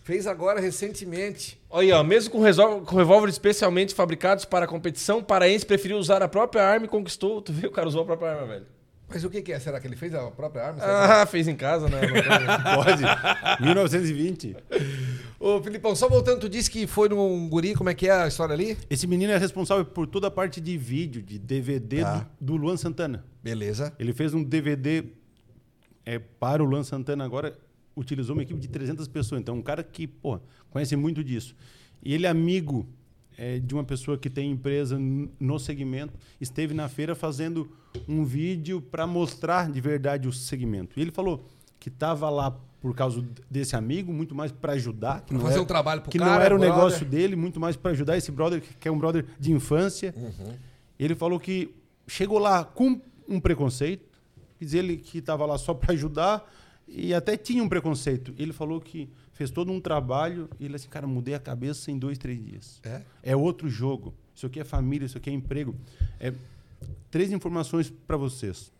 S1: Fez agora recentemente.
S2: Aí, ó, mesmo com, resol- com revólveres especialmente fabricados para a competição, paraense preferiu usar a própria arma e conquistou. Tu viu, o cara usou a própria arma, velho.
S1: Mas o que, que é? Será que ele fez a própria arma? Será
S2: Ah, fez em casa, né?
S3: Pode. 1920. Ah.
S1: que- Ô, Filipão, só voltando, tu disse que foi num guri, como é que é a história ali?
S3: Esse menino é responsável por toda a parte de vídeo, de DVD
S1: Tá.
S3: do, do Luan Santana.
S1: Beleza.
S3: Ele fez um DVD é, para o Luan Santana agora, utilizou uma equipe de 300 pessoas. Então, um cara que, pô, conhece muito disso. E ele é amigo é, de uma pessoa que tem empresa n- no segmento, esteve na feira fazendo um vídeo para mostrar de verdade o segmento. E ele falou que estava lá por causa desse amigo, muito mais para ajudar. Que
S1: Pra fazer um trabalho pro
S3: Que não é
S1: cara,
S3: era o
S1: brother.
S3: negócio dele, muito mais para ajudar esse brother, que é um brother de infância.
S1: Uhum.
S3: Ele falou que chegou lá com um preconceito, diz ele que estava lá só para ajudar e até tinha um preconceito. Ele falou que fez todo um trabalho e ele assim, cara, mudei a cabeça em dois, três dias.
S1: É?
S3: É outro jogo. Isso aqui é família, isso aqui é emprego. É, três informações para vocês.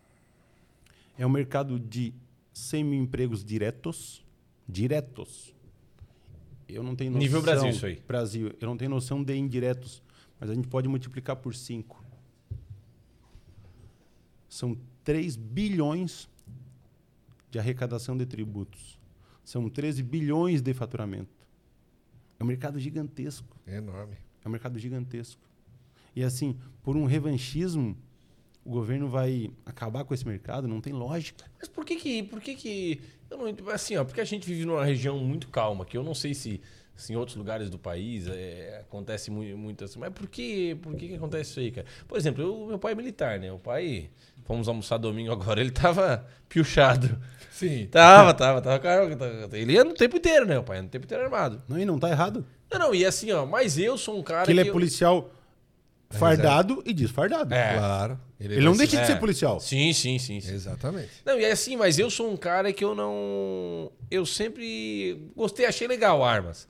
S3: É um mercado de 100 mil empregos diretos. Diretos. Eu não tenho noção.
S2: Nível Brasil, isso aí.
S3: Brasil. Eu não tenho noção de indiretos. Mas a gente pode multiplicar por 5. São 3 bilhões de arrecadação de tributos. São 13 bilhões de faturamento. É um mercado gigantesco.
S1: Enorme.
S3: É um mercado gigantesco. E assim, por um revanchismo, o governo vai acabar com esse mercado? Não tem lógica.
S2: Mas por que que. Por que que. Eu não, ent- assim, ó, porque a gente vive numa região muito calma, que eu não sei se, assim, em outros lugares do país, é, acontece mu- muito, assim. Mas por que, por que, que acontece isso aí, cara? Por exemplo, eu- meu pai é militar, né? O pai, fomos almoçar domingo agora, ele tava piochado.
S1: Sim.
S2: Tava, tava, tava, cara, tava- Ele ia no tempo inteiro, né? O pai ia no tempo inteiro armado.
S3: Não, e não tá errado.
S2: Não, não, e assim, ó, mas eu sou um cara
S3: que ele
S2: que
S3: é
S2: eu-
S3: policial
S1: é
S3: fardado e desfardado.
S1: Claro.
S3: Ele é um não
S1: É. vai é.
S3: deixa de ser policial.
S2: Sim, sim, sim,
S1: ser-
S2: sim.
S1: Exatamente.
S2: Não, e é assim, mas eu sou um cara que eu não. Eu sempre gostei, achei legal armas.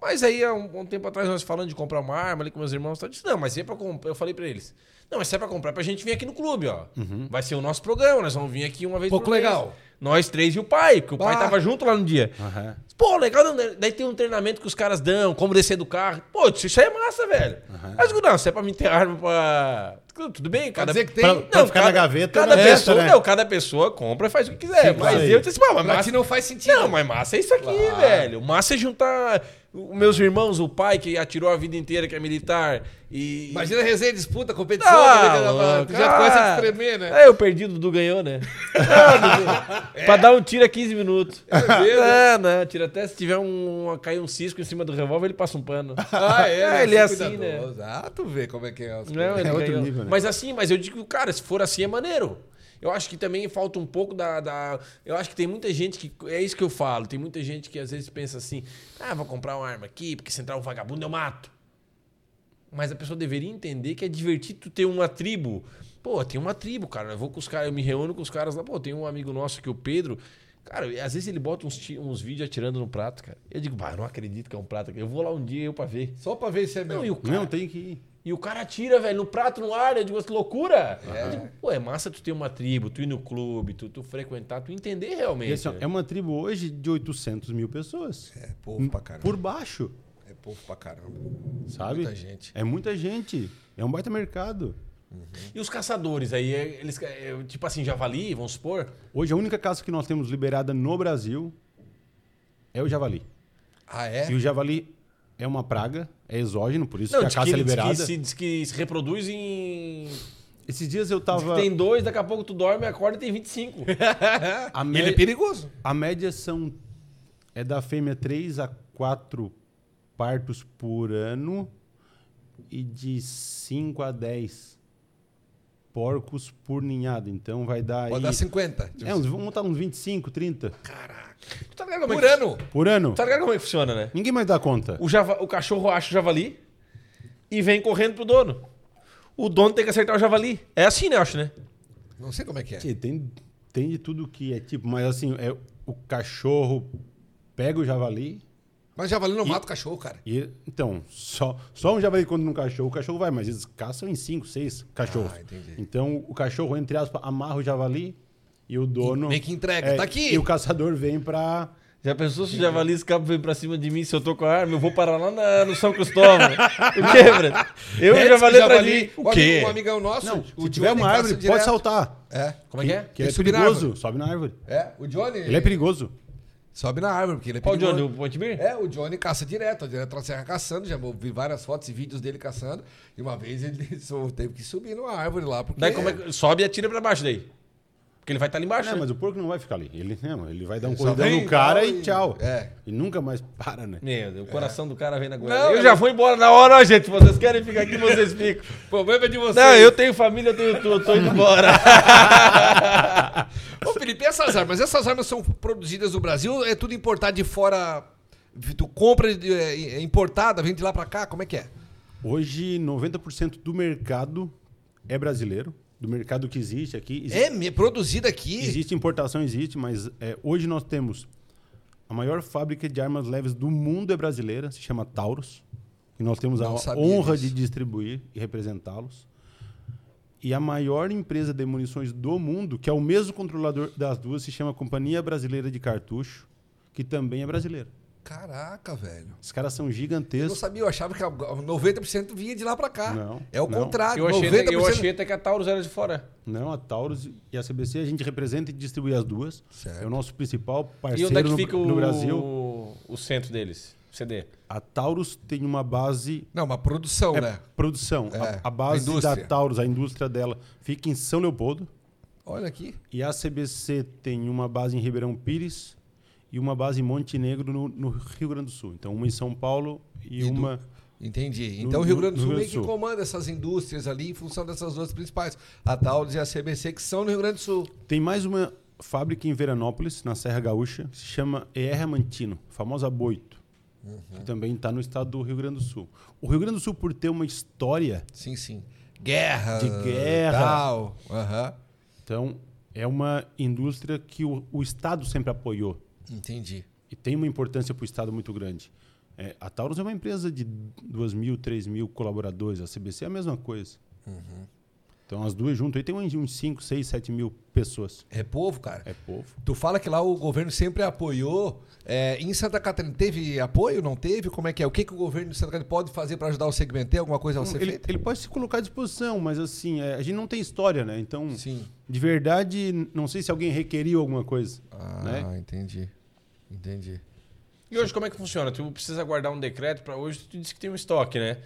S2: Mas aí, há um, um tempo atrás, nós falando de comprar uma arma ali com meus irmãos, eu disse, não, mas é pra comprar. Eu falei pra eles: não, mas se é pra comprar, é pra gente vir aqui no clube, ó. Vai ser o nosso programa, nós vamos vir aqui uma vez
S1: Pouco
S2: por mês.
S1: Uhum. legal.
S2: Nós três e o pai, porque o pai
S1: Bah. Ah.
S2: tava junto lá no dia.
S3: Aham.
S2: Pô, legal, não, daí tem um treinamento que os caras dão, como descer do carro. Pô, eu disse, isso aí é massa, velho. Mas eu digo, não, se é pra mim ter arma pra. Tudo tudo bem, cada.
S1: dizer que tem-
S3: pra- pra ficar na gaveta,
S2: Cada
S3: na
S2: pessoa,
S3: festa, né?
S2: não, cada pessoa compra e faz o que quiser. mas
S3: Sim, claro.
S2: eu disse, pô, mas
S1: Mas
S2: massa.
S1: que não faz sentido.
S2: Não, mas massa é isso aqui, velho. Massa é juntar os meus irmãos, o pai que atirou a vida inteira, que é militar. E.
S1: Imagina a resenha, disputa, competição. é né,
S2: Ah,
S1: cara?
S2: louco,
S1: já
S2: ah.
S1: começa a tremer, né?
S2: É, eu perdi, o Dudu ganhou, né? Ah, Dudu. Pra dar um tiro a 15 minutos. É, né? Tira até se tiver um. cair um cisco em cima do revólver, ele passa um pano.
S1: Ah, é,
S2: É, ele é assim, né?
S1: cuidadoso. Ah, tu vê como é que é. as
S2: Não,
S1: coisas.
S2: ele
S3: É outro
S2: ganhou.
S3: nível, né?
S2: Mas assim, mas eu digo, cara, se for assim é maneiro. Eu acho que também falta um pouco da, da- Eu acho que tem muita gente que. É isso que eu falo. Tem muita gente que às vezes pensa assim: ah, vou comprar uma arma aqui, porque se entrar um vagabundo eu mato. Mas a pessoa deveria entender que é divertido tu ter uma tribo. Pô, tem uma tribo, cara. Eu vou com os caras, eu me reúno com os caras lá. Pô, tem um amigo nosso que o Pedro. Cara, às vezes ele bota uns, ti- uns vídeos atirando no prato, cara. Eu digo, bah, eu não acredito que é um prato. Eu vou lá um dia eu pra ver.
S1: Só pra ver se é
S2: Não, e
S1: mesmo.
S2: o cara,
S3: Não, tem que ir.
S2: e o cara atira, velho, no prato, no ar. Eu digo, que loucura. Eu digo, pô, é massa tu ter uma tribo, tu ir no clube, tu, tu frequentar, tu entender realmente.
S3: E assim, ó, é uma tribo hoje de 800 mil pessoas.
S1: É povo pra caramba.
S3: Por baixo,
S1: É povo pra caramba.
S3: sabe?
S1: Muita gente.
S3: É muita gente. É um baita mercado.
S2: E os caçadores aí, é- eles, é, tipo assim, javali, vamos supor.
S3: Hoje, a única caça que nós temos liberada no Brasil é o javali.
S1: Ah, é?
S3: E o javali é uma praga, é exógeno, por isso
S2: Não,
S3: que a
S2: diz que,
S3: caça é
S2: ele- diz
S3: liberada.
S2: que, se, diz que se reproduz em...
S3: Esses dias eu
S2: Diz que
S3: tava...
S2: tem dois, daqui a pouco tu dorme, acorda e tem 25.
S3: A,
S1: E
S3: me-
S1: Ele é perigoso.
S3: a média são... É da fêmea 3 a 4 partos por ano e de 5 a 10 porcos por ninhada. Então vai dar
S1: Pode dar
S3: aí...
S1: 50.
S3: É, uns, vamos botar uns 25, 30
S2: tu tá ligado como
S1: Por
S2: é que,
S1: ano.
S3: por ano.
S2: tu tá ligado como é que funciona, né?
S3: Ninguém mais dá conta.
S2: O, java- o cachorro acha o javali e vem correndo pro dono. O dono tem que acertar o javali. É assim, né, eu acho, né?
S1: Não sei como é que é.
S3: Sim, Tem, tem de tudo que é tipo, mas assim, é, o cachorro pega o javali.
S1: Mas javali não mata o cachorro, cara.
S3: E, então, só, só um javali quando um cachorro, o cachorro vai, mas eles caçam em cinco, seis cachorros.
S1: Ah, entendi.
S3: então o cachorro, entre aspas, amarra o javali e o dono. é,
S1: meio que entrega, tá aqui.
S3: E o caçador vem pra.
S2: Já pensou se o javali escapa vem pra cima de mim se eu tô com a arma? Eu vou parar lá na- no São Cristóvão. o quê, Fred? Eu e o
S1: Diz que
S2: javali pra mim.
S1: O quê? Um amigão nosso.
S3: Não,
S1: o
S3: se tiver
S1: Johnny
S3: uma
S1: caça
S3: árvore,
S1: direto.
S3: pode saltar.
S1: É.
S2: Como é que é?
S3: Que
S1: Ele
S3: é
S1: subir na
S3: perigoso,
S1: árvore.
S3: sobe na árvore.
S1: É, o Johnny.
S3: Ele é perigoso.
S1: Sobe na árvore, porque ele é
S2: Qual o
S1: perigoso.
S2: Johnny? O Pontimir?
S1: É, o Johnny caça direto, ó, direto na serra caçando. Já vi várias fotos e vídeos dele caçando. E uma vez ele só teve que subir numa árvore lá. Porque...
S2: Daí como é que... Sobe e atira pra baixo daí. Porque ele vai estar ali embaixo,
S3: É,
S2: né?
S3: mas o porco não vai ficar ali. Ele, não, ele vai dar um
S1: Ele só
S3: corridão
S1: vem,
S3: no cara
S1: vai,
S3: e tchau.
S1: é.
S3: E nunca mais para, né?
S2: Meu Deus, o coração do cara vem na goela.
S1: Não,
S2: É. eu
S1: eu-
S2: já vou embora na hora, ó, gente. Vocês querem ficar aqui, vocês ficam.
S1: O problema é de vocês.
S2: Não, eu tenho família, eu tenho tudo, eu tô indo embora.
S1: Ô, Felipe, e essas armas? Essas armas são produzidas no Brasil? ou É tudo importado de fora? Tu compra de- é, é importada, vem de lá pra cá? Como é que é?
S3: Hoje, 90% do mercado é brasileiro. Do mercado que existe aqui. Exi-
S1: É, me- produzida aqui.
S3: Existe importação, existe, mas é, hoje nós temos a maior fábrica de armas leves do mundo é brasileira, se chama Taurus. E nós temos
S1: Não
S3: a
S1: sabia
S3: honra
S1: disso.
S3: de distribuir e representá-los. E a maior empresa de munições do mundo, que é o mesmo controlador das duas, se chama Companhia Brasileira de Cartucho, que também é brasileira.
S1: Caraca, velho.
S3: Os caras são
S1: Eu não
S3: gigantescos.
S1: sabia, eu achava que a- 90% vinha de lá pra cá.
S3: Não,
S1: é o
S3: não.
S1: contrário.
S2: Eu achei,
S1: 90%...
S2: eu achei até que a Taurus era de fora.
S3: Não, a Taurus e a CBC a gente representa e distribui as duas.
S1: Certo.
S3: É o nosso principal
S2: E
S3: parceiro
S2: onde é que
S3: no,
S2: fica
S3: no
S2: o...
S3: Brasil.
S2: o centro deles? CD.
S3: A Taurus tem uma base
S1: Não, uma produção,
S3: é,
S1: né?
S3: produção.
S1: É,
S3: a, a base
S1: a indústria.
S3: da Taurus, a indústria dela, fica em São Leopoldo.
S1: Olha aqui.
S3: E a CBC tem uma base em Ribeirão Pires e uma base em Montenegro, no, no Rio Grande do Sul. Então, uma em São Paulo e,
S1: E do-
S3: uma.
S1: Entendi.
S3: No-
S1: Então o Rio
S3: no-
S1: Grande do
S3: no
S1: Sul
S3: Rio
S1: meio
S3: do
S1: que
S3: Sul.
S1: comanda essas indústrias ali em função dessas duas principais, a Taurus e a CBC, que são no Rio Grande do Sul.
S3: Tem mais uma fábrica em Veranópolis, na Serra Gaúcha, que se chama ER Mantino, a famosa Boito,
S1: Uhum.
S3: que também está no estado do Rio Grande do Sul. O Rio Grande do Sul, por ter uma história,
S1: Sim, sim. Guerra.
S3: De guerra.
S1: Tal. Aham.
S3: então é uma indústria que o, o estado sempre apoiou
S1: Entendi.
S3: e tem uma importância para o estado muito grande. É, a Taurus é uma empresa de 2 mil, 3 mil colaboradores, a CBC é a mesma coisa.
S2: Uhum.
S3: Então as duas juntas aí tem uns- uns 5, 6, 7 mil pessoas.
S1: É povo, cara.
S3: É povo.
S1: Tu fala que lá o governo sempre apoiou. É, em Santa Catarina, teve apoio? Não teve? Como é que é? O que, que o governo de Santa Catarina pode fazer para ajudar o segmento? Tem alguma coisa a ser
S3: Ele,
S1: feita?
S3: ele pode se colocar à disposição, mas assim, é, a gente não tem história, né? Então,
S1: Sim.
S3: de verdade, n- não sei se alguém requeriu alguma coisa.
S1: Ah,
S3: Né?
S1: entendi. Entendi.
S2: E hoje como é que funciona? Tu precisa guardar um decreto para hoje, tu disse que tem um estoque, né?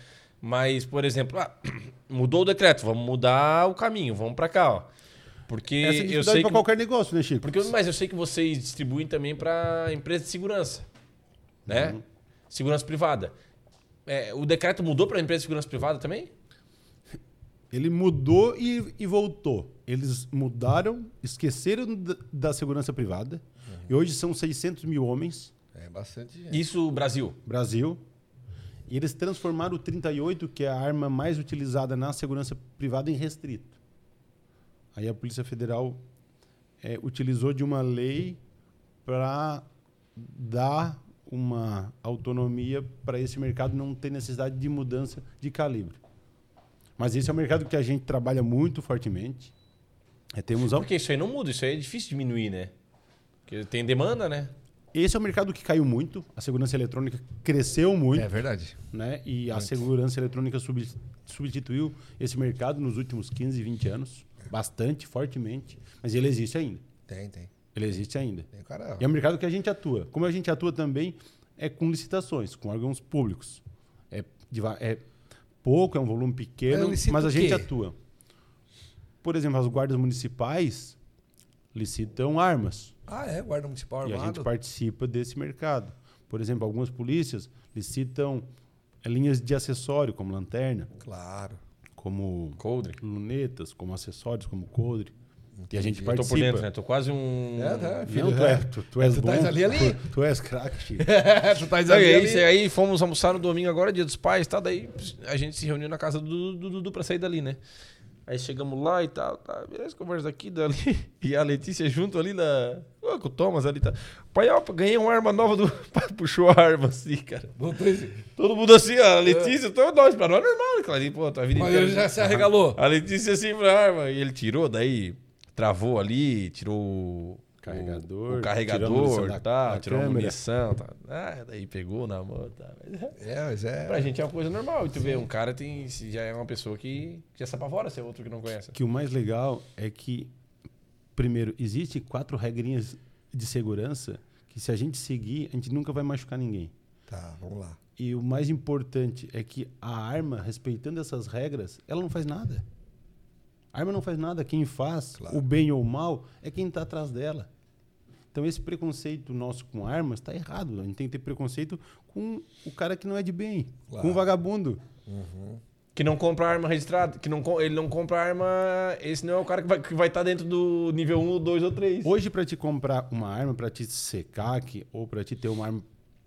S2: Mas, por exemplo, ah, mudou o decreto, vamos mudar o caminho, vamos para cá, ó. Porque
S3: Essa é
S2: eu
S3: dificuldade
S2: sei
S3: para
S2: que
S3: qualquer negócio, né, Chico?
S2: porque eu- mas eu sei que vocês distribuem também para empresa de segurança, né?
S3: Uhum.
S2: Segurança privada. É, o decreto mudou para empresa de segurança privada também?
S3: Ele mudou e, e voltou. Eles mudaram, esqueceram da, da segurança privada.
S2: Uhum.
S3: E hoje são 600 mil homens,
S1: É bastante.
S2: Isso, Brasil.
S3: Brasil. E eles transformaram o 38, que é a arma mais utilizada na segurança privada, em restrito. Aí a Polícia Federal eh, utilizou de uma lei para dar uma autonomia para esse mercado não ter necessidade de mudança de calibre. Mas esse é um mercado que a gente trabalha muito fortemente. É, temos al-
S2: Porque isso aí não muda, isso aí é difícil diminuir, né? Porque tem demanda, né?
S3: Esse é um mercado que caiu muito. A segurança eletrônica cresceu muito.
S1: É verdade.
S3: né? E a segurança eletrônica sub- substituiu esse mercado nos últimos 15, 20 anos, bastante, fortemente, mas ele existe ainda.
S1: Tem, tem.
S3: Ele existe ainda.
S1: Tem cara.
S3: E é um mercado que a gente atua. Como a gente atua também é com licitações, com órgãos públicos. É, deva- é pouco, é um volume
S1: Eu
S3: pequeno,
S1: licito
S3: mas a
S1: o
S3: gente
S1: quê?
S3: atua. Por exemplo, as guardas municipais licitam armas
S1: Ah, é, guarda municipal
S3: e a
S1: armado.
S3: gente participa desse mercado. Por exemplo, algumas polícias licitam eh, linhas de acessório, como lanterna,
S1: Claro.
S3: como
S2: Coldre.
S3: lunetas, como acessórios, como coldre. E a gente
S2: Eu tô
S3: participa.
S2: por dentro, né? Tô quase um.
S1: É, né?
S3: Não, tu, é, tu, tu és
S1: Tu
S3: bom.
S1: tá ali, ali.
S3: Tu, tu és craque, Chico.
S1: tu tá
S2: Não, e
S1: exagerando.
S2: aí, cê- aí fomos almoçar no domingo agora, dia dos pais, tá? Daí a gente se reuniu na casa do do Dudu pra sair dali, né? Aí chegamos lá e tal, tá, beleza, conversa daqui, dali. E a Letícia junto ali na. Ô, com o Thomas ali, tá. Pai, ó, ganhei uma arma nova do. Pai, puxou a arma assim, cara.
S1: Botou esse-
S2: Todo mundo assim, ó, a Letícia, então nós, pra nós é normal, Clarinho, pô, tua vida
S3: tá
S1: Mas
S2: inteira.
S1: ele já se arregalou.
S3: Ah.
S2: A Letícia assim pra arma. E ele tirou, daí travou ali, tirou o-
S3: Carregador,
S2: o
S3: tirou a munição
S2: carregador,
S3: da-
S2: tá,
S3: da
S2: tirou a
S3: câmera.
S2: munição, tá. Ah, daí pegou na mão, tá. Mas, é,
S1: É, mas é.
S2: pra gente é uma coisa normal. E tu vê, um cara tem, se já é uma pessoa que já se apavora se é outro que não conhece.
S3: que o mais legal é que, primeiro, existem quatro regrinhas de segurança que se a gente seguir, a gente nunca vai machucar ninguém.
S1: Tá, vamos lá.
S3: E o mais importante é que a arma, respeitando essas regras, ela não faz nada. A arma não faz nada. Quem faz,
S1: Claro.
S3: o bem ou o mal, é quem está atrás dela. Então esse preconceito nosso com armas está errado. A gente tem que ter preconceito com o cara que não é de bem,
S1: Claro.
S3: com o vagabundo.
S2: Que não compra arma registrada, que não, com- ele não compra arma. Esse não é o cara que vai estar que vai tá dentro do nível 1, 2 ou 3.
S3: Hoje, para te comprar uma arma, para te secar aqui, ou para te ter uma arma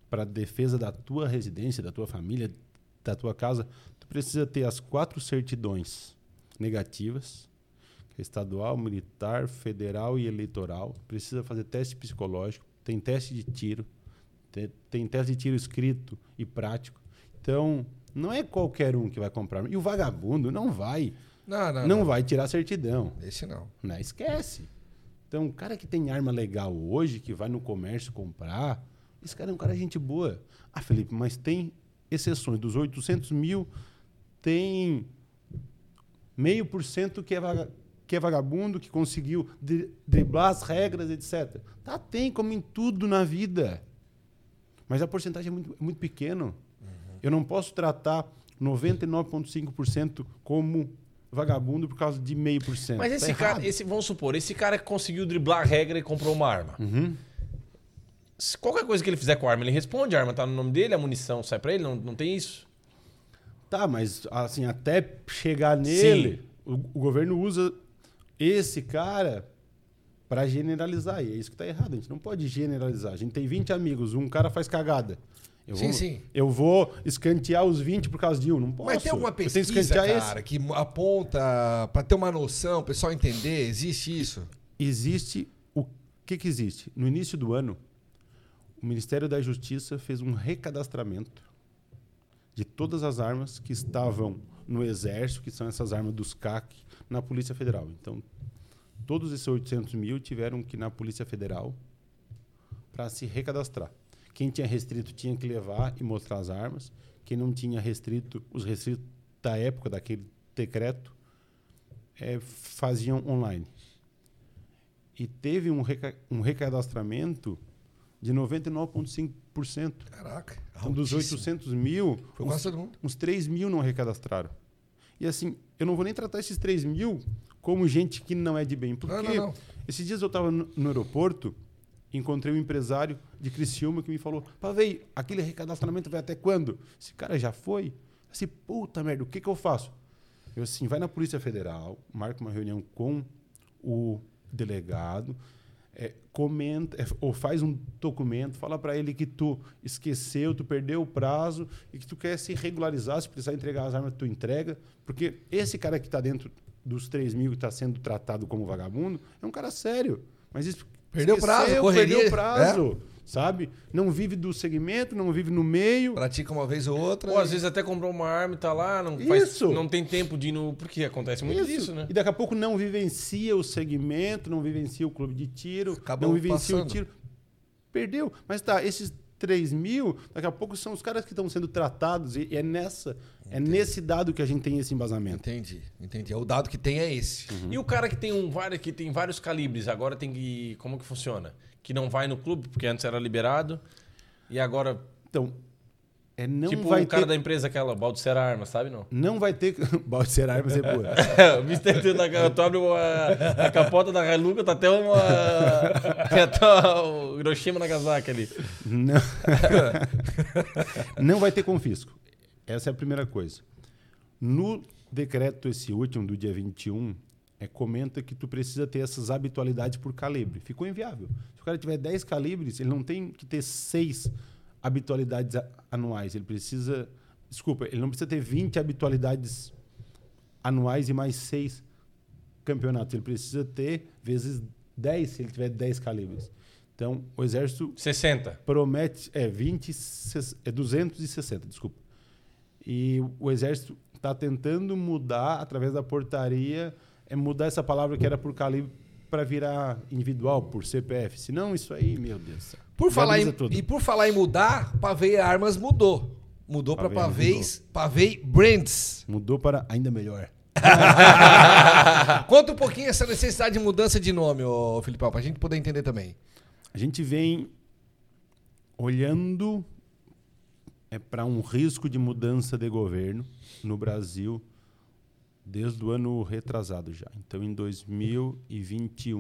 S3: para defesa da tua residência, da tua família, da tua casa, tu precisa ter as quatro certidões negativas, que é estadual, militar, federal e eleitoral. Precisa fazer teste psicológico, tem teste de tiro, te- tem teste de tiro escrito e prático. Então, não é qualquer um que vai comprar. E o vagabundo não vai,
S1: Não, não.
S3: não vai tirar a certidão.
S1: Esse não.
S3: Né? Esquece. Então, o cara que tem arma legal hoje, que vai no comércio comprar, esse cara é um cara gente boa. Ah, Felipe, mas tem exceções. Dos 800 mil, tem meio por cento que é vaga- que é vagabundo, que conseguiu dri- driblar as regras, etc. Tá, tem, como em tudo na vida. Mas a porcentagem é muito, é muito pequena.
S2: Uhum.
S3: Eu não posso tratar 99,5% como vagabundo por causa de meio por cento.
S2: Mas
S3: Tá
S2: esse
S3: errado. Uhum.
S2: cara, esse, vamos supor, esse cara que conseguiu driblar a regra e comprou uma arma. se qualquer coisa que ele fizer com a arma, ele responde, a arma tá no nome dele, a munição sai pra ele, não, não tem isso?
S3: Tá, mas assim, até chegar nele, o, o governo usa esse cara pra generalizar. E é isso que tá errado. A gente não pode generalizar. A gente tem 20 amigos, um cara faz cagada. Eu
S1: Sim,
S3: vou,
S1: sim.
S3: Eu vou escantear os 20 por causa de um. Não posso.
S1: Mas tem alguma
S3: Eu tenho que é
S1: pesquisa,
S3: escantear esse.
S1: cara, que aponta pra ter uma noção, o pessoal entender, existe isso?
S3: existe o que que existe? No início do ano, o Ministério da Justiça fez um recadastramento de todas as armas que estavam no Exército, que são essas armas dos CAC, na Polícia Federal. Então, todos esses 800 mil tiveram que ir na Polícia Federal para se recadastrar. Quem tinha restrito tinha que levar e mostrar as armas. Quem não tinha restrito, os restritos da época daquele decreto eh, faziam online e teve um, reca- um recadastramento de 99,5%.
S1: Caraca.
S3: Então, dos 800 mil,
S1: É Foi quase
S3: uns,
S1: todo mundo.
S3: uns 3 mil não recadastraram. E assim, eu não vou nem tratar esses 3 mil como gente que não é de bem. Porque
S1: Não, não, não.
S3: esses dias eu estava no, no aeroporto, encontrei um empresário de Criciúma que me falou: Pavei, aquele recadastramento vai até quando? Esse cara já foi? Assim, puta merda, o que, que eu faço? Eu assim, vai na Polícia Federal, marca uma reunião com o delegado, é, comenta, é, ou faz um documento, fala para ele que tu esqueceu, tu perdeu o prazo e que tu quer se regularizar, se precisar entregar as armas, tu entrega. Porque esse cara que está dentro dos 3 mil que está sendo tratado como vagabundo é um cara sério. Mas isso
S1: Perdeu o prazo, correria, É.
S3: perdeu o prazo, sabe? Não vive do segmento, não vive no meio.
S1: Pratica uma vez ou outra.
S2: Ou
S1: e-
S2: às vezes até comprou uma arma e tá lá, não faz,
S3: Isso.
S2: não tem tempo de ir no... Porque acontece muito isso, né?
S3: E daqui a pouco não vivencia o segmento, não vivencia o clube de tiro,
S1: Acabou
S3: não vivencia
S1: passando.
S3: o tiro. Perdeu. Mas tá, esses 3 mil, daqui a pouco são os caras que estão sendo tratados. E e é nessa, é nesse dado que a gente tem esse embasamento.
S1: Entendi, entendi. O dado que tem é esse.
S3: Uhum.
S2: E o cara que tem, um, vário- que tem vários calibres, agora tem que... Como que funciona? Que não vai no clube, porque antes era liberado, e agora...
S3: Então, é não
S2: tipo
S3: vai
S2: o cara
S3: ter.
S2: da empresa aquela, Baldicera Arma, sabe não?
S3: Não vai ter. Balde ser armas é boa.
S2: É, o Mr. T da cara, tu abre uma- a capota da Hilux, tá até uma. Tem até o Hiroshima Nagasaki ali.
S3: Não. não vai ter confisco. Essa é a primeira coisa. No decreto esse último do dia 21, é, comenta que tu precisa ter essas habitualidades por calibre. Ficou inviável. Se o cara tiver 10 calibres, ele não tem que ter 6 habitualidades a- anuais. Ele precisa, desculpa, ele não precisa ter 20 habitualidades anuais e mais 6 campeonatos. Ele precisa ter vezes 10 se ele tiver 10 calibres. Então, o exército
S2: 60.
S3: promete é 20 e ses- é 260, desculpa. E o exército está tentando mudar através da portaria, é mudar essa palavra que era por calibre para virar individual por CPF. Senão isso aí, meu Deus. do céu.
S1: Por falar em,
S3: Diaboliza tudo.
S1: e por falar em mudar, Pavei Armas mudou. Mudou pra
S3: Pavei
S1: Pavei's, Pavei Brands.
S3: mudou para ainda melhor.
S1: Conta um pouquinho essa necessidade de mudança de nome, ô Filipão, pra gente poder entender também.
S3: A gente vem olhando é para um risco de mudança de governo no Brasil desde o ano retrasado já. Então, em 2021,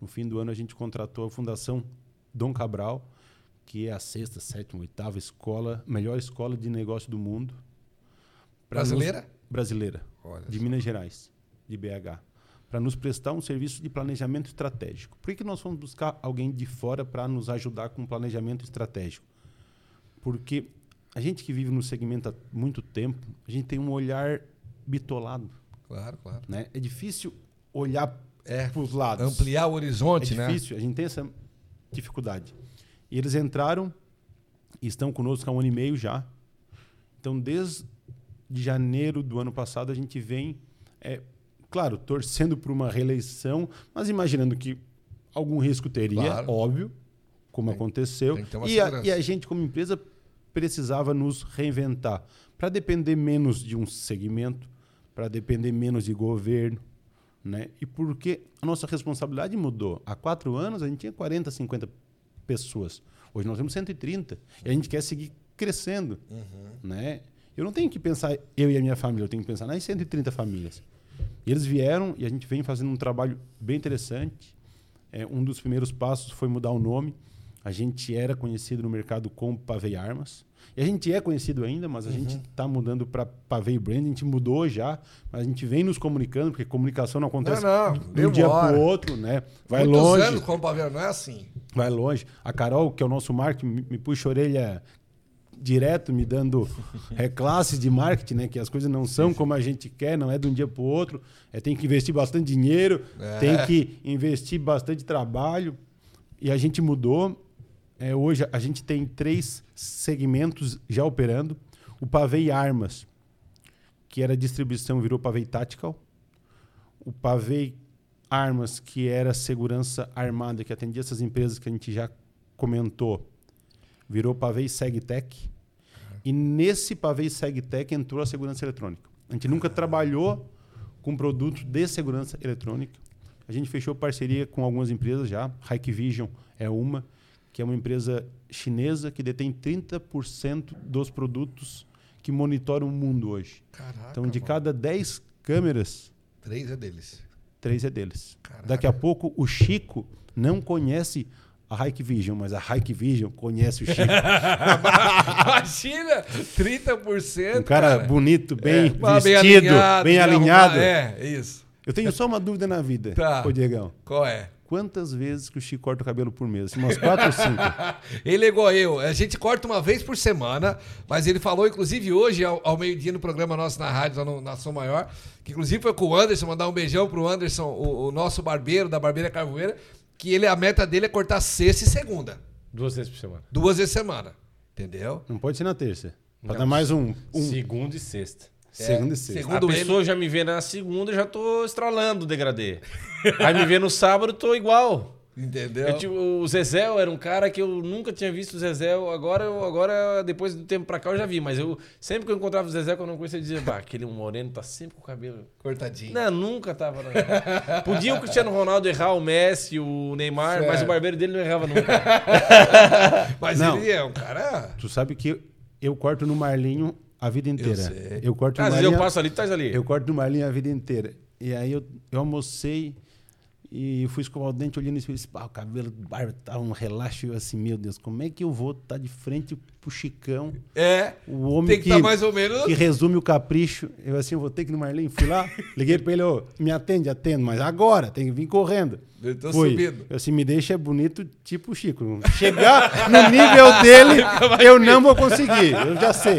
S3: no fim do ano, a gente contratou a Fundação Dom Cabral, que é a sexta, sétima, oitava escola, melhor escola de negócio do mundo. pra nos-
S1: Brasileira?
S3: brasileira
S1: Olha
S3: de Minas Gerais, de BH, para nos prestar um serviço de planejamento estratégico. Por que, que nós fomos buscar alguém de fora para nos ajudar com planejamento estratégico? Porque a gente que vive no segmento há muito tempo, a gente tem um olhar bitolado.
S1: Claro, claro.
S3: Né? É difícil olhar
S1: É,
S3: para os lados.
S1: Ampliar o horizonte,
S3: É
S1: né?
S3: difícil, a gente tem essa dificuldade. E eles entraram e estão conosco há um ano e meio já. Então, desde janeiro do ano passado, a gente vem, é, claro, torcendo por uma reeleição, mas imaginando que algum risco teria,
S1: Claro.
S3: óbvio, como aconteceu.
S1: tem que ter uma
S3: e, a,
S1: segurança.
S3: e a gente, como empresa, precisava nos reinventar para depender menos de um segmento, para depender menos de governo. Né? E porque a nossa responsabilidade mudou. Há quatro anos a gente tinha 40, 50 pessoas. Hoje nós temos 130. E a gente quer seguir crescendo. Né? Eu não tenho que pensar eu e a minha família, eu tenho que pensar nas 130 famílias. E eles vieram e a gente vem fazendo um trabalho bem interessante. É, um dos primeiros passos foi mudar o nome. A gente era conhecido no mercado como Pavei Armas. E a gente é conhecido ainda, mas a
S1: Uhum.
S3: gente está mudando para Pavei Brand. A gente mudou já, mas a gente vem nos comunicando, porque comunicação não acontece
S1: Não, não,
S3: de um dia
S1: demora.
S3: para o outro, né? Vai
S1: Muitos
S3: longe.
S1: anos como pavilhão, não é assim.
S3: Vai longe. A Carol, que é o nosso marketing, me, me puxa a orelha direto, me dando reclasses de marketing, né? Que as coisas não são como a gente quer, não é de um dia para o outro. É, tem que investir bastante dinheiro,
S1: É.
S3: tem que investir bastante trabalho. E a gente mudou. É, hoje a gente tem três segmentos já operando. O Pavei Armas, que era distribuição, virou Pavei Tactical. O Pavei Armas, que era segurança armada, que atendia essas empresas que a gente já comentou, virou Pavei SegTech. E nesse Pavei SegTech entrou a segurança eletrônica. A gente nunca trabalhou com produtos de segurança eletrônica. A gente fechou parceria com algumas empresas já. Hikvision é uma, que é uma empresa chinesa que detém 30% dos produtos que monitoram o mundo hoje.
S1: Caraca.
S3: Então, de
S1: mano.
S3: cada 10 câmeras,
S1: Três é deles.
S3: três é deles.
S1: Caraca.
S3: Daqui a pouco o Chico não conhece a Hike Vision, mas a Hike Vision conhece o Chico.
S1: Imagina! 30%.
S3: Um cara bonito, bem
S1: Mas
S3: vestido, bem alinhado.
S1: É, bem arrumado. né? É, isso.
S3: Eu tenho só uma dúvida na vida,
S1: Tá.
S3: ô Diegão.
S1: Qual é?
S3: Quantas vezes que o Chico corta o cabelo por mês? Umas quatro ou cinco?
S1: Ele é igual eu. A gente corta uma vez por semana, mas ele falou, inclusive, hoje, ao, ao meio-dia, no programa nosso na rádio, lá no, na Som Maior, que inclusive foi com o Anderson, mandar um beijão pro Anderson, o, o nosso barbeiro, da Barbeira Carvoeira, que ele, a meta dele é cortar sexta e segunda.
S2: Duas vezes por semana.
S1: Duas vezes por semana. Entendeu?
S3: Não pode ser na terça. Pra
S2: Não.
S3: dar mais um. um.
S2: Segunda e sexta.
S3: Segunda e sexta.
S1: Segundo
S2: a pessoa já me vê na segunda, eu já tô estralando o degradê. Aí me vê no sábado, eu tô igual.
S1: Entendeu?
S2: Eu, tipo, o Zezel era um cara que eu nunca tinha visto o Zezel. Agora, eu- agora, depois do tempo pra cá, eu já vi. Mas eu sempre que eu encontrava o Zezel, quando eu não conhecia, eu dizia, bah, aquele moreno tá sempre com o cabelo.
S1: Cortadinho.
S2: Não, Né, nunca tava. Não. Podia o Cristiano Ronaldo errar o Messi, o Neymar, mas
S1: Certo.
S2: o barbeiro dele não errava nunca.
S1: Mas
S3: Não.
S1: ele é um cara.
S3: Tu sabe que eu corto no Marlinho a vida inteira.
S1: sei.
S3: Eu corto no
S2: Às vezes eu
S3: Marlinho.
S2: passo ali, tu estás ali.
S3: Eu corto no Marlinho a vida inteira. E aí eu, eu almocei e fui escovar o dente olhando no espelho. e disse, "Pá, o cabelo do barba tá um relaxo. E eu assim, meu Deus, como é que eu vou estar de frente pro Chicão?
S1: É.
S3: O homem
S1: Tem que estar mais ou menos.
S3: que resume o capricho. Eu assim, eu vou ter que ir no Marlinho. Fui lá, liguei pra ele, ô, me atende, atendo, mas agora, tem que vir correndo.
S1: Eu tô
S3: Fui.
S1: subindo.
S3: Eu assim, me deixa bonito tipo o Chico. Chegar no nível dele, eu não vou conseguir. Eu já sei.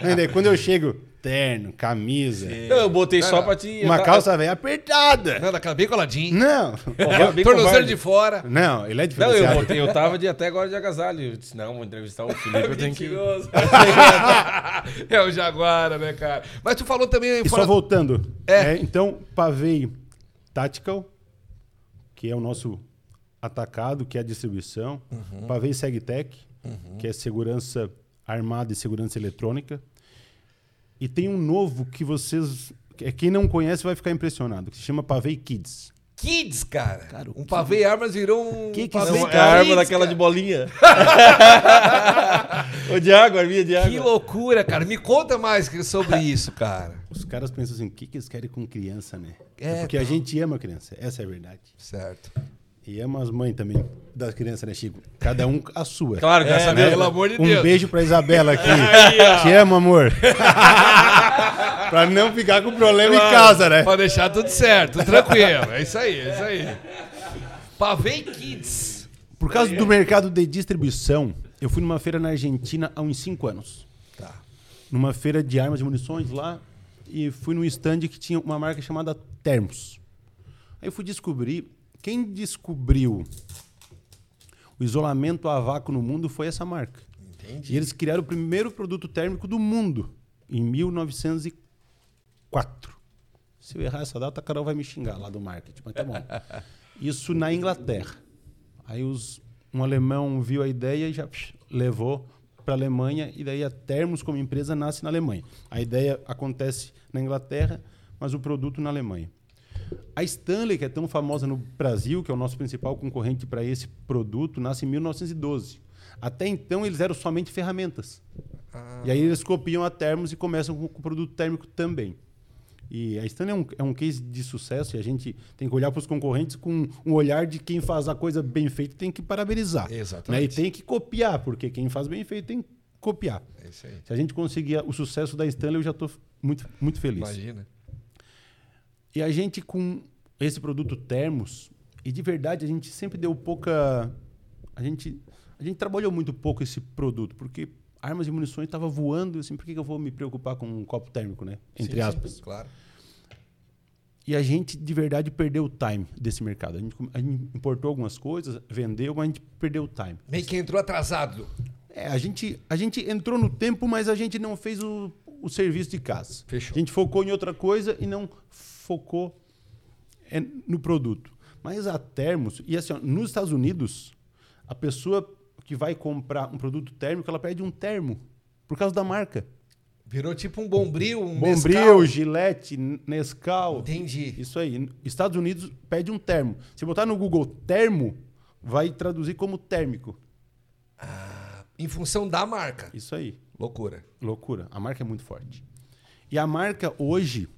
S3: Entendeu? Quando eu chego, terno, camisa,
S2: Eu, botei só
S1: Cara,
S2: pra te.
S3: uma
S2: eu ta-
S3: calça velha apertada.
S1: Não, daquela bem coladinha.
S3: Tá, Não.
S2: Porra, bem
S1: Tornozelo
S2: covarde.
S1: de fora.
S3: Não, ele é
S2: Não, eu
S3: diferenciado.
S2: botei, eu tava de, até agora de agasalho. Eu disse, não, vou entrevistar o Felipe, eu tenho que.
S1: Mentiroso. é o Jaguara, né, cara? Mas tu falou também.
S3: E
S1: fora-
S3: só voltando.
S1: É.
S3: né? Então, Pavei Tactical, que é o nosso atacado, que é a distribuição. Pavei SegTech, que é segurança armada e segurança eletrônica. E tem um novo que vocês... é, Quem não conhece vai ficar impressionado, que se chama Pavei Kids.
S1: Kids, cara.
S3: Cara, o
S1: um pavê armas virou um.
S3: Que que
S1: pavê
S3: são
S2: Não,
S1: kids,
S2: é a arma
S1: cara.
S2: daquela de bolinha. Ô, de água, arminha
S3: é,
S2: de água.
S1: Que loucura, cara. Me conta mais que- sobre isso, cara.
S3: Os caras pensam assim, o que, que eles querem com criança, né?
S1: É,
S3: Porque a gente ama criança, essa é a verdade.
S1: Certo.
S3: E ama as mães também das crianças, né, Chico? Cada um a sua.
S2: Claro, graças a
S3: Né?
S2: Deus.
S1: É, Pelo amor de
S3: um
S1: Deus.
S3: beijo pra Isabela aqui. Te amo, amor. pra não ficar com problema em casa, né?
S1: Pra deixar tudo certo, tranquilo. É isso aí, é isso aí. Pavê Kids.
S3: Por causa
S1: é.
S3: do mercado de distribuição, eu fui numa feira na Argentina há uns 5 anos.
S1: Tá.
S3: Numa feira de armas e munições lá. E fui num stand que tinha uma marca chamada Termos. Aí eu fui descobrir. Quem descobriu o isolamento a vácuo no mundo foi essa marca.
S1: Entendi.
S3: E eles criaram o primeiro produto térmico do mundo, em 1904. Se eu errar essa data, a Carol vai me xingar lá do marketing, mas tá bom. Isso na Inglaterra. Aí os- um alemão viu a ideia e já psh, levou para a Alemanha, e daí a Termos, como empresa, nasce na Alemanha. A ideia acontece na Inglaterra, mas o produto na Alemanha. A Stanley, que é tão famosa no Brasil, que é o nosso principal concorrente para esse produto, nasce em 1912. Até então, eles eram somente ferramentas. E aí eles copiam a Termos e começam com o produto térmico também. E a Stanley é um, é um case de sucesso e a gente tem que olhar para os concorrentes com um olhar de quem faz a coisa bem feita e tem que parabenizar. Né? E
S1: Exatamente.
S3: tem que copiar, porque quem faz bem feito tem que copiar.
S1: É isso aí.
S3: Se a gente conseguir o sucesso da Stanley, eu já estou muito, muito feliz.
S1: Imagina.
S3: E a gente com esse produto Termos, e de verdade a gente sempre deu pouca. A gente, a gente trabalhou muito pouco esse produto, porque armas e munições estava voando, assim, por que que eu vou me preocupar com um copo térmico, né? Entre
S1: Sim, sim,
S3: aspas.
S1: Claro.
S3: E a gente, de verdade, perdeu o time desse mercado. A gente, a gente importou algumas coisas, vendeu, mas a gente perdeu o time.
S1: Meio que entrou atrasado.
S3: É, a gente, a gente entrou no tempo, mas a gente não fez o, o serviço de casa.
S1: Fechou.
S3: A gente focou em outra coisa e não focou é, no produto. Mas a Termos, e assim, ó, nos Estados Unidos, a pessoa que vai comprar um produto térmico, ela pede um termo por causa da marca.
S1: Virou tipo um bombril, um
S3: Bombril,
S1: mescal.
S3: Gillette, Nescau.
S1: Entendi.
S3: Isso aí. Estados Unidos pede um termo. Se botar no Google termo, vai traduzir como térmico.
S1: Em função da marca.
S3: Isso aí.
S1: Loucura.
S3: Loucura. A marca é muito forte. E a marca hoje,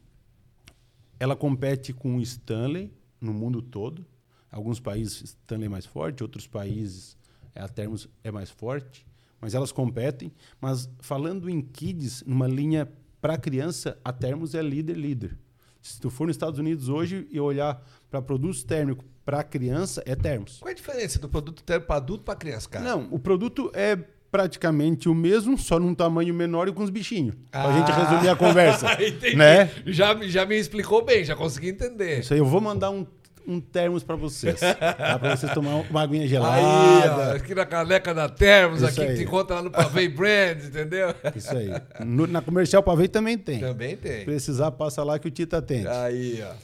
S3: ela compete com o Stanley no mundo todo. Alguns países Stanley é mais forte, outros países é, a Termos é mais forte. Mas elas competem. Mas falando em kids, numa linha para criança, a Termos é líder, líder. Se tu for nos Estados Unidos hoje e olhar para produtos térmicos para criança, é Termos.
S1: Qual é a diferença do produto ter para adulto para criança, cara?
S3: Não, o produto é praticamente o mesmo, só num tamanho menor e com os bichinhos. Pra gente resumir a conversa.
S1: Entendi.
S3: né?
S1: Já, me- já me explicou bem, já consegui entender.
S3: Isso aí, eu vou mandar um, um termos pra vocês. tá? Pra vocês tomar uma aguinha
S1: Aí, ó,
S3: gelada.
S1: aqui na caneca da Termos,
S3: Isso
S1: aqui que
S3: aí.
S1: te encontra lá no Pavei Brands, entendeu?
S3: Isso aí. No- na comercial pra ver também tem.
S1: Também Ah.
S3: Se
S1: tem.
S3: precisar, passa lá que o Tita atende.
S1: Aí, ó.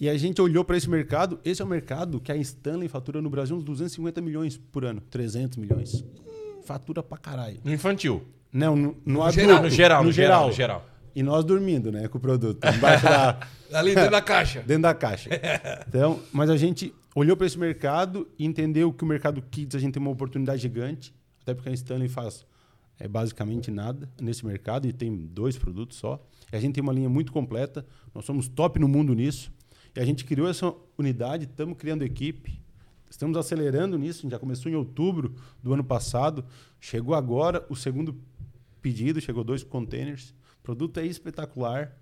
S3: E a gente olhou pra esse mercado. Esse é o mercado que a Stanley fatura no Brasil uns 250 milhões por ano. 300 milhões. Fatura pra caralho.
S2: No infantil.
S3: Não, no, no, adulto.
S1: geral,
S2: no geral, no geral, no geral.
S3: E nós dormindo, né, com o produto. Embaixo da,
S1: Tá Ali dentro da caixa.
S3: dentro da caixa. Então, mas a gente olhou para esse mercado e entendeu que o mercado kids a gente tem uma oportunidade gigante, até porque a Stanley faz é, basicamente nada nesse mercado e tem dois produtos só. E a gente tem uma linha muito completa, nós somos top no mundo nisso. E a gente criou essa unidade, estamos criando equipe, estamos acelerando nisso, a gente já começou em outubro do ano passado, chegou agora o segundo pedido, chegou dois containers. O produto é espetacular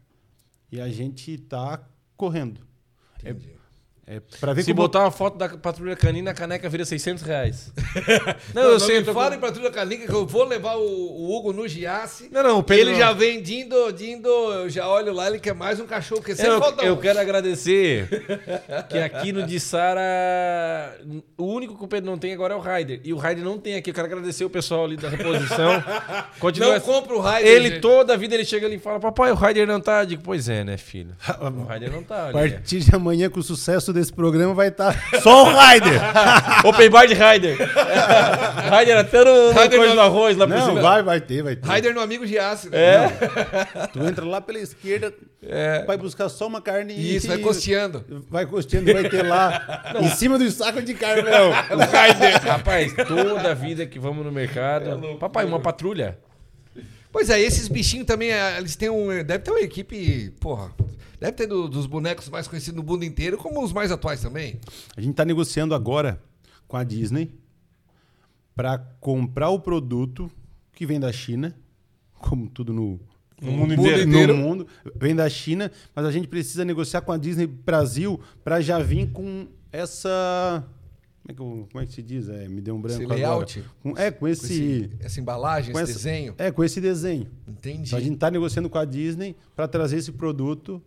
S3: e a gente está correndo.
S1: Entendi.
S3: É pra ver
S2: Se
S3: como...
S2: botar uma foto da patrulha canina, a caneca vira 600 reais. não,
S1: Não,
S2: eu sei. eu
S1: me
S2: tô
S1: falem
S2: com-
S1: pra Trilha Canica que eu vou levar o, o Hugo no Giasse.
S2: Não, não, o
S1: E
S2: Pedro
S1: Ele
S2: não.
S1: já vem dindo, dindo, eu já olho lá, ele quer mais um cachorro, porque sempre
S2: É, Eu,
S1: falta um.
S2: eu quero agradecer que aqui no de Sara o único que o Pedro não tem agora é o Raider. E o Raider não tem aqui. Eu quero agradecer o pessoal ali da reposição.
S1: Não compra o Raider,
S2: Ele
S1: gente.
S2: toda a vida ele chega ali e fala: Papai, o Raider não tá. Eu digo, pois é, né, filho? O Raider não tá.
S3: A
S2: Ali.
S3: partir de amanhã, com o sucesso desse programa, vai tá- estar só o Raider.
S2: Open bar de Raider. Raider até no, no
S1: Raider
S2: coisa
S1: não-
S2: do arroz lá por
S3: Não,
S2: cima.
S3: vai, vai ter, vai ter.
S1: Raider no amigo Giasse. Né?
S2: É.
S3: Tu entra lá pela esquerda, vai buscar só uma carne
S1: E isso, vai costeando.
S3: Vai costeando, vai ter lá em cima do saco de carne. Não.
S2: Rapaz, toda vida que vamos no mercado.
S1: É
S2: Papai, uma patrulha.
S1: Pois é, esses bichinhos também, é, eles têm um. Deve ter uma equipe, porra. Deve ter do- dos bonecos mais conhecidos no mundo inteiro, como os mais atuais também.
S3: A gente está negociando agora com a Disney para comprar o produto que vem da China, como tudo no, no mundo
S1: inteiro.
S3: No mundo, vem da China, mas a gente precisa negociar com a Disney Brasil para já vir com essa. Como é que, eu- como é que se diz? É, me deu um branco
S1: Esse
S3: agora.
S1: layout?
S3: Com- é, com esse.
S1: Esse- essa embalagem,
S3: com
S1: esse
S3: essa-
S1: desenho.
S3: É, com esse desenho.
S1: Entendi.
S3: Então a gente está negociando com a Disney para trazer esse produto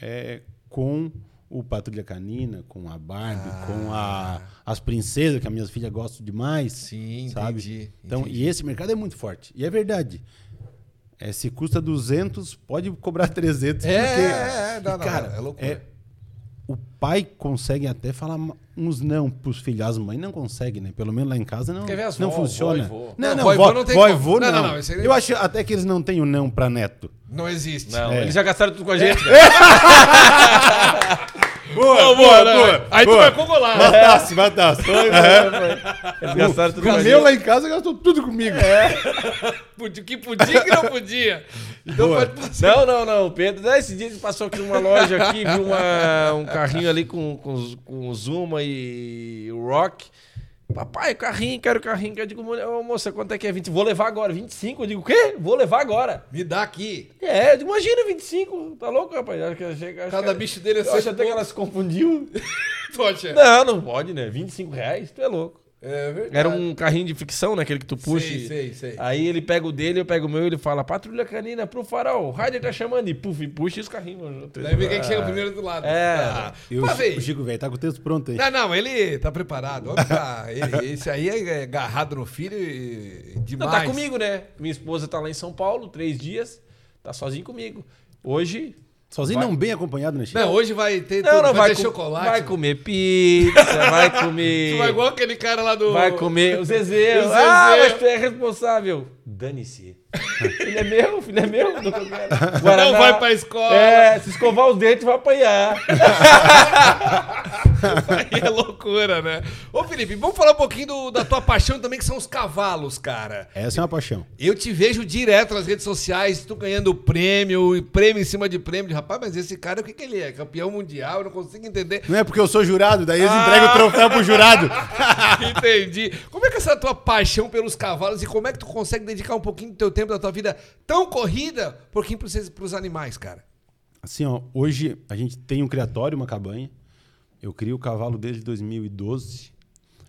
S3: é, com o Patrulha Canina, com a Barbie,
S1: Ah.
S3: com a- as princesas, que as minhas filhas gostam demais.
S1: Sim,
S3: sabe?
S1: entendi,
S3: Então,
S1: entendi.
S3: E esse mercado é muito forte. E é verdade. É, se custa 200, pode cobrar 300.
S1: É,
S3: porque-
S1: é, é, não, não,
S3: e, cara,
S1: é loucura.
S3: o pai consegue até falar uns não pros filhos. As mães não conseguem, né? Pelo menos lá em casa não,
S2: Quer ver as
S3: não
S2: vó, vó
S3: funciona.
S2: e vô.
S3: Não,
S1: Não,
S3: não,
S1: vó e
S3: vó,
S1: vô não tem
S3: vó e
S1: como.
S3: vô,
S1: Não,
S3: não.
S1: não, não, isso aí-
S3: Eu acho até que eles não têm o não pra neto.
S1: Não existe.
S2: Não,
S3: É.
S2: né? eles já gastaram tudo com a gente.
S3: Boa, boa, boa.
S1: É, né? Aí tu
S3: boa.
S1: marcou golaço.
S3: Matasse, matasse.
S2: Eles gastaram tudo
S3: O
S2: mais.
S3: meu lá em casa gastou tudo comigo.
S1: Podia- que podia que não podia. Então
S3: Boa.
S1: pode passar.
S2: Não, não, não, o Pedro. Ah, Esse dia ele passou aqui numa loja aqui, viu uma- um carrinho ali com, com, os- com o Zuma e o Rock. Papai, carrinho, quero carrinho. Eu digo, mulher, ô, moça, quanto é que é 20? Vou levar agora, 25. Eu digo, o quê? Vou levar agora.
S1: Me dá aqui.
S2: É, eu digo, imagina 25. Tá louco, rapaz? Acho que, acho que, acho
S1: Cada
S2: que-
S1: bicho dele é
S2: Eu acho
S1: seis
S2: até que ela se confundiu.
S1: Poxa.
S2: Não, não pode, né? 25 reais? Tu é louco.
S1: É verdade.
S2: Era um carrinho de ficção, né? Aquele que tu puxa.
S1: Sei,
S2: e-
S1: sei, sei.
S2: Aí ele pega o dele, eu pego o meu e ele fala: Patrulha canina pro farol, o Raider tá chamando. E puf, e puxa e os carrinhos. vão junto.
S1: Daí vê quem que chega primeiro do lado.
S2: É.
S1: Ah,
S3: E o
S1: pra
S3: Chico-
S1: ver.
S3: o Chico, velho, tá com o texto pronto aí.
S1: Não, não, ele tá preparado. Olha, tá, ele- esse aí é agarrado no filho e
S2: Não,
S1: demais.
S2: tá comigo, né? Minha esposa tá lá em São Paulo, três dias, tá sozinho comigo. Hoje.
S3: Sozinho
S2: Vai.
S3: não bem acompanhado, né, Chico?
S1: Não, hoje vai ter,
S2: Não,
S1: tudo,
S2: não, vai,
S1: ter
S2: com-
S1: chocolate.
S2: vai comer pizza, vai comer.
S1: Tu vai igual aquele cara lá do...
S2: Vai comer o Zezé.
S1: O Zezé.
S2: Ah, mas tu é responsável. Dane-se. filho é meu, filho é meu. Não, tô vendo. Guaraná.
S1: Não vai pra escola.
S2: É, se escovar os dentes vai apanhar.
S1: Aí é loucura, né? Ô, Felipe, vamos falar um pouquinho do- da tua paixão também, que são os cavalos, cara.
S3: Essa é uma paixão.
S1: Eu te vejo direto nas redes sociais, tu ganhando prêmio, e prêmio em cima de prêmio. Rapaz, mas esse cara, o que, que ele é? Campeão mundial? Eu não consigo entender.
S3: Não é porque eu sou jurado, daí eles entregam o troféu pro jurado.
S1: Entendi. Como é que é essa tua paixão pelos cavalos e como é que tu consegue dedicar um pouquinho do teu tempo, da tua vida tão corrida, um pouquinho pros, pros animais, cara?
S3: Assim, ó, hoje a gente tem um criatório, uma cabanha. Eu crio o cavalo desde 2012.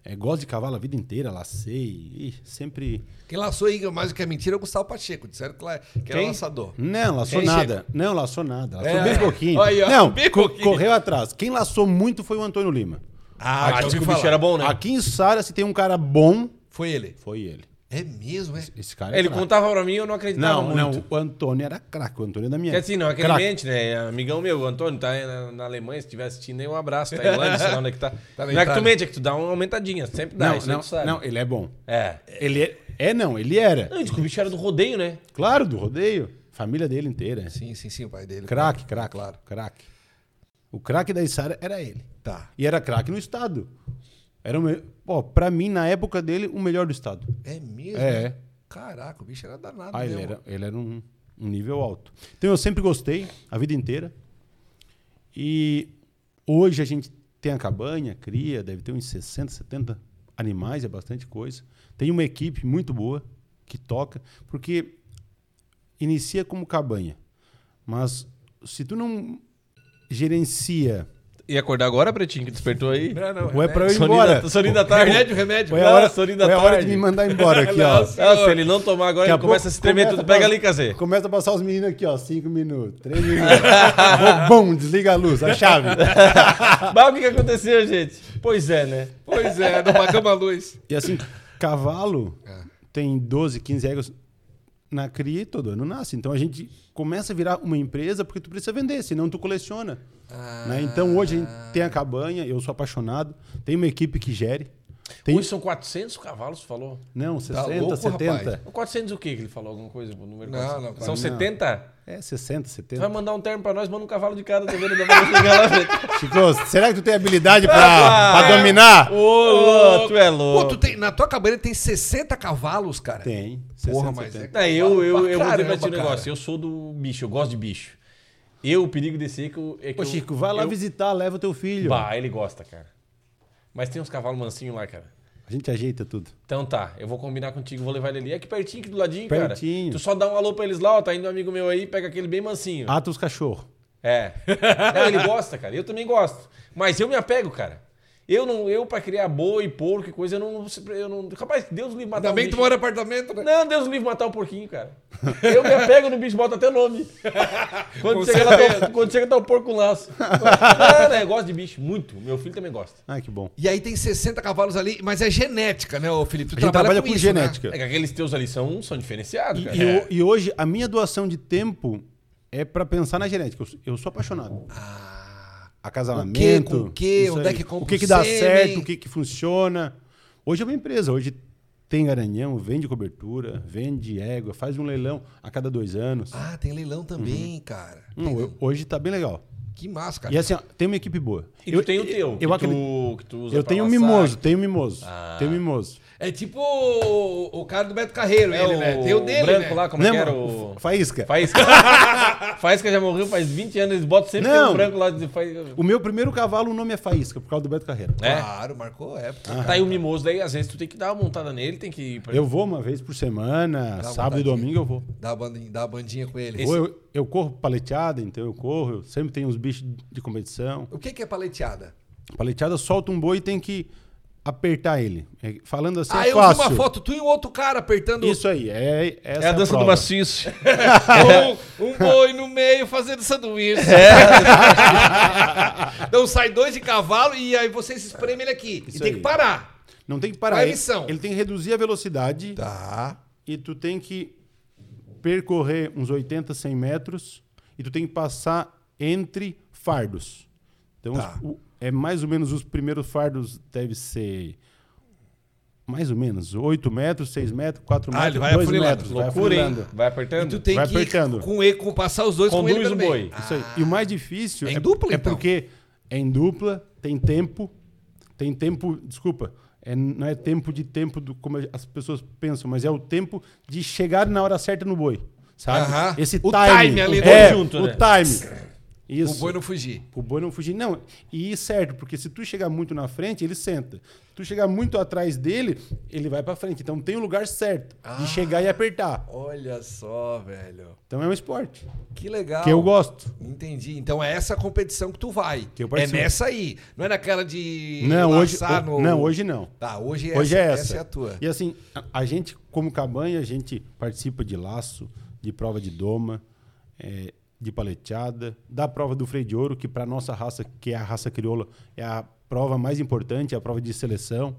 S3: É, gosto de cavalo a vida inteira, lacei. Ih, sempre.
S1: Quem laçou aí mais do que é mentira é o Gustavo Pacheco. Disseram que, lá, é, que era
S2: Quem?
S1: laçador.
S2: É,
S3: Não, laçou
S1: Ei,
S3: nada. Não, laçou nada. Laçou
S1: É.
S3: bem pouquinho.
S1: Aí, ó,
S3: Não,
S1: bem
S3: co-
S1: pouquinho.
S3: correu atrás. Quem laçou muito foi o Antônio Lima.
S1: Ah,
S2: Acho que o bicho era bom, né?
S3: Aqui em Sara, se tem um cara bom,
S1: Foi ele.
S3: foi ele.
S1: É mesmo, é?
S3: Esse cara é
S2: Ele
S3: craque.
S2: contava pra mim, eu não acreditava
S3: Não,
S2: muito.
S3: não, o Antônio era craque. O Antônio é da minha.
S2: Porque assim, não, aquele
S3: Craque.
S2: mente, né? Amigão meu, o Antônio, tá aí na, na Alemanha, se estiver assistindo, aí um abraço. Tailândia, sei lá onde é que tá.
S1: Tá na
S2: não é que
S1: Itália.
S2: tu mente, é que tu dá uma aumentadinha, sempre dá,
S3: Não,
S2: isso aí tu
S3: não,
S2: sabe.
S3: não, ele é bom.
S2: É.
S3: Ele é, é, não, ele era.
S2: Não, eu disse que o bicho era do rodeio, né?
S3: Claro, do rodeio. Família dele inteira.
S1: Sim, sim, sim, o pai dele.
S3: Craque, craque,
S1: Claro.
S3: craque. O craque da Isara era ele.
S1: Tá.
S3: E era craque no estado. Era o me... Pô, pra mim, na época dele, o melhor do estado.
S1: É mesmo?
S3: É.
S1: Caraca, o bicho era danado
S2: Tá
S3: Ah, ele
S1: mesmo.
S3: era, ele era um, um nível alto. Então eu sempre gostei, a vida inteira. E hoje a gente tem a cabanha, cria, deve ter uns 60, 70 animais, é bastante coisa. Tem uma equipe muito boa que toca, porque inicia como cabanha. Mas se tu não gerencia.
S2: E acordar agora, Pretinho, que despertou aí?
S1: Não, não,
S3: Ou é pra eu ir
S2: Soninho
S3: embora.
S2: da- soninho da tarde.
S1: Remédio, remédio.
S3: Ou é a
S2: Não,
S3: hora,
S2: soninho da
S3: ou é a hora de
S2: tarde.
S3: me mandar embora aqui, ó. É
S1: Nossa.
S2: Ah, se ele não tomar agora,
S3: Daqui
S2: ele começa a se tremer
S3: começa
S2: tudo.
S3: a
S2: Pega
S3: passar-
S2: ali, Kazê.
S3: Começa a passar os meninos aqui, ó. Cinco minutos, três minutos. bom, bom, desliga a luz, a chave.
S2: Mas o que, que aconteceu, gente? Pois é, né?
S1: Pois é, não apagamos a luz.
S3: E assim, cavalo
S1: É.
S3: tem 12, 15 éguas na cria e todo ano nasce. Então a gente começa a virar uma empresa porque tu precisa vender, senão tu coleciona. né? Então hoje a gente tem a cabanha, eu sou apaixonado. Tem uma equipe que gere. Tem,
S2: Hoje são 400 cavalos, tu falou?
S3: não, 60,
S1: louco,
S3: 70.
S1: rapaz?
S2: 400 o quê que ele falou? Alguma coisa? o Número
S1: Não,
S2: 400?
S1: não, cara,
S2: São
S1: não.
S2: 70?
S3: É, 60,
S2: Tu vai
S3: 70.
S2: mandar um termo pra nós, manda um cavalo de cada, tá vendo? Dá pra chegar lá, gente.
S3: Chico, será que tu tem habilidade pra, pra dominar?
S2: Ô, louco, tu é louco.
S1: Pô, tu tem, na tua cabanha tem 60 cavalos, cara.
S3: Tem. 60,
S1: Porra, mas é...
S2: Não, tá eu, eu, eu vou dizer pra ti
S1: Caramba,
S2: um negócio.
S1: cara.
S2: Eu sou do bicho, eu gosto de bicho. Eu, o perigo desse aí que eu, é que
S3: Ô,
S2: eu-
S3: Chico, vai lá
S2: eu-
S3: visitar, leva o teu filho.
S2: Bah, ele gosta, cara. Mas tem uns cavalos mansinhos lá, cara.
S3: A gente ajeita tudo.
S2: Então tá, eu vou combinar contigo, vou levar ele ali. É aqui pertinho, aqui do ladinho,
S3: Pertinho.
S2: cara. Tu só dá um alô pra eles lá, ó. Tá indo um amigo meu aí, pega aquele bem mansinho.
S3: Ata os cachorros.
S2: É. Não, ele gosta, cara. Eu também gosto. Mas eu me apego, cara. Eu não, eu pra criar boi, porco e coisa, eu não, eu não, rapaz, Deus me livre matar
S1: Ainda
S2: um
S1: bem que tu
S2: bicho.
S1: mora em apartamento, né?
S2: Não, Deus me livre matar o porquinho, cara. Eu me apego no bicho, bota até nome.
S1: Com
S2: Quando, chega, lá, tá, quando chega, tá o porco com laço. Não, não, eu gosto de bicho, muito. Meu filho também gosta.
S3: Ah, que bom.
S1: E aí tem 60 cavalos ali, mas é genética, né, ô Felipe? Tu
S3: A gente trabalha, com,
S1: isso, né?
S3: genética.
S2: É que aqueles teus ali são, são diferenciados, cara. É.
S3: E, o- e hoje a minha doação de tempo é pra pensar na genética. Eu, sou- eu sou apaixonado.
S1: Ah,
S3: Acasalamento.
S1: O quê, com o quê,
S3: isso
S1: onde é
S3: aí.
S1: que compra
S3: O que, que
S1: o
S3: dá
S1: sêmen?
S3: certo, o que, que funciona. Hoje é uma empresa, hoje tem garanhão, vende cobertura, vende égua, faz um leilão a cada dois anos.
S1: Ah. Né? Ah, tem leilão também, cara.
S3: Hum, eu- hoje tá bem legal.
S1: Que massa, cara.
S3: Uhum. E assim, ó, tem uma equipe boa.
S2: E tu tem o teu. que
S3: Eu,
S2: tu-
S3: acredito-
S2: que tu usa
S3: eu
S2: pra
S3: tenho um
S2: laçar.
S3: mimoso, tenho um mimoso. Tenho um mimoso.
S1: É tipo o, o cara do Beto Carreiro, ele, né? Tem o dele,
S2: branco
S1: né?
S2: lá, como é que
S3: Lembra?
S2: era o...
S3: Fa- Faísca.
S2: Faísca. Faísca já morreu faz 20 anos, eles botam sempre
S3: Não.
S2: tem um branco lá de Faísca.
S3: O meu primeiro cavalo, o nome é Faísca, por causa do Beto Carreiro.
S2: É.
S1: Claro, marcou época.
S3: Ah.
S2: Tá aí o mimoso, daí às vezes tu tem que dar uma montada nele, tem que ir pra...
S3: Eu vou uma vez por semana,
S1: Dá
S3: sábado e
S1: vontade.
S3: domingo eu vou.
S1: Dá a bandinha, dá a bandinha com ele.
S3: Ou eu, eu corro paleteada, então eu corro, eu sempre tenho uns bichos de competição.
S1: O que, que é paleteada?
S3: Paleteada solta um boi e tem que apertar ele. É, falando assim,
S1: ah,
S3: é
S1: eu
S3: fácil.
S1: vi uma foto, tu e um outro cara apertando
S3: Isso aí, é, essa
S2: É a dança do
S3: prova.
S2: maciço.
S1: um, um boi no meio fazendo sanduíche. então sai dois de cavalo e aí você se espreme ele aqui. e
S3: Isso
S1: tem
S3: aí.
S1: que parar.
S3: Não tem que parar.
S1: Qual é a
S3: Ele,
S1: missão?
S3: ele tem que reduzir a velocidade
S1: Tá.
S3: e tu tem que percorrer uns 80, 100 metros e tu tem que passar entre fardos. Então,
S1: Tá.
S3: os- o- é mais ou menos os primeiros fardos deve ser mais ou menos 8 metros, 6 metros, 4
S1: Ah,
S3: metros,
S1: ele vai
S3: 2
S1: afunilando.
S3: metros. vai
S2: Loucura, hein?
S3: afunilando.
S1: E
S2: Vai apertando.
S1: tu tem
S3: Vai
S1: que ir
S3: apertando. um
S1: com ele, com, passar os dois com
S2: Conduz
S1: ele Ah, pelo
S2: o
S1: meio.
S2: boi.
S3: Isso é aí. E o mais difícil
S1: É em dupla,
S3: é
S1: então?
S3: porque é em dupla, tem tempo, tem tempo, desculpa, é, não é tempo de tempo do, como as pessoas pensam, mas é o tempo de chegar na hora certa no boi, sabe?
S1: Aham.
S3: Esse
S1: O
S3: time,
S1: time ali,
S3: é,
S2: tudo junto,
S3: o
S2: né?
S3: time. Isso.
S1: O boi não fugir.
S3: não fugir não. E certo, porque se tu chegar muito na frente, ele senta. Se tu chegar muito atrás dele, ele vai pra frente. Então tem o lugar certo
S1: Ah.
S3: de chegar e apertar.
S1: Olha só, velho.
S3: Então é um esporte
S1: Que legal.
S3: que eu gosto.
S1: Entendi. Então é essa competição que tu vai.
S3: Que eu
S1: é
S3: participo.
S1: nessa aí. Não é naquela de.
S3: Não, hoje,
S1: laçar
S3: ho- não, hoje não.
S1: Tá, hoje é
S3: Hoje
S1: essa.
S3: é essa.
S1: é a tua.
S3: E assim, a, a gente, como cabanha, a gente participa de laço, de prova de doma, é, de paleteada, da prova do freio de ouro, que para nossa raça, que é a raça crioula, é a prova mais importante, é a prova de seleção.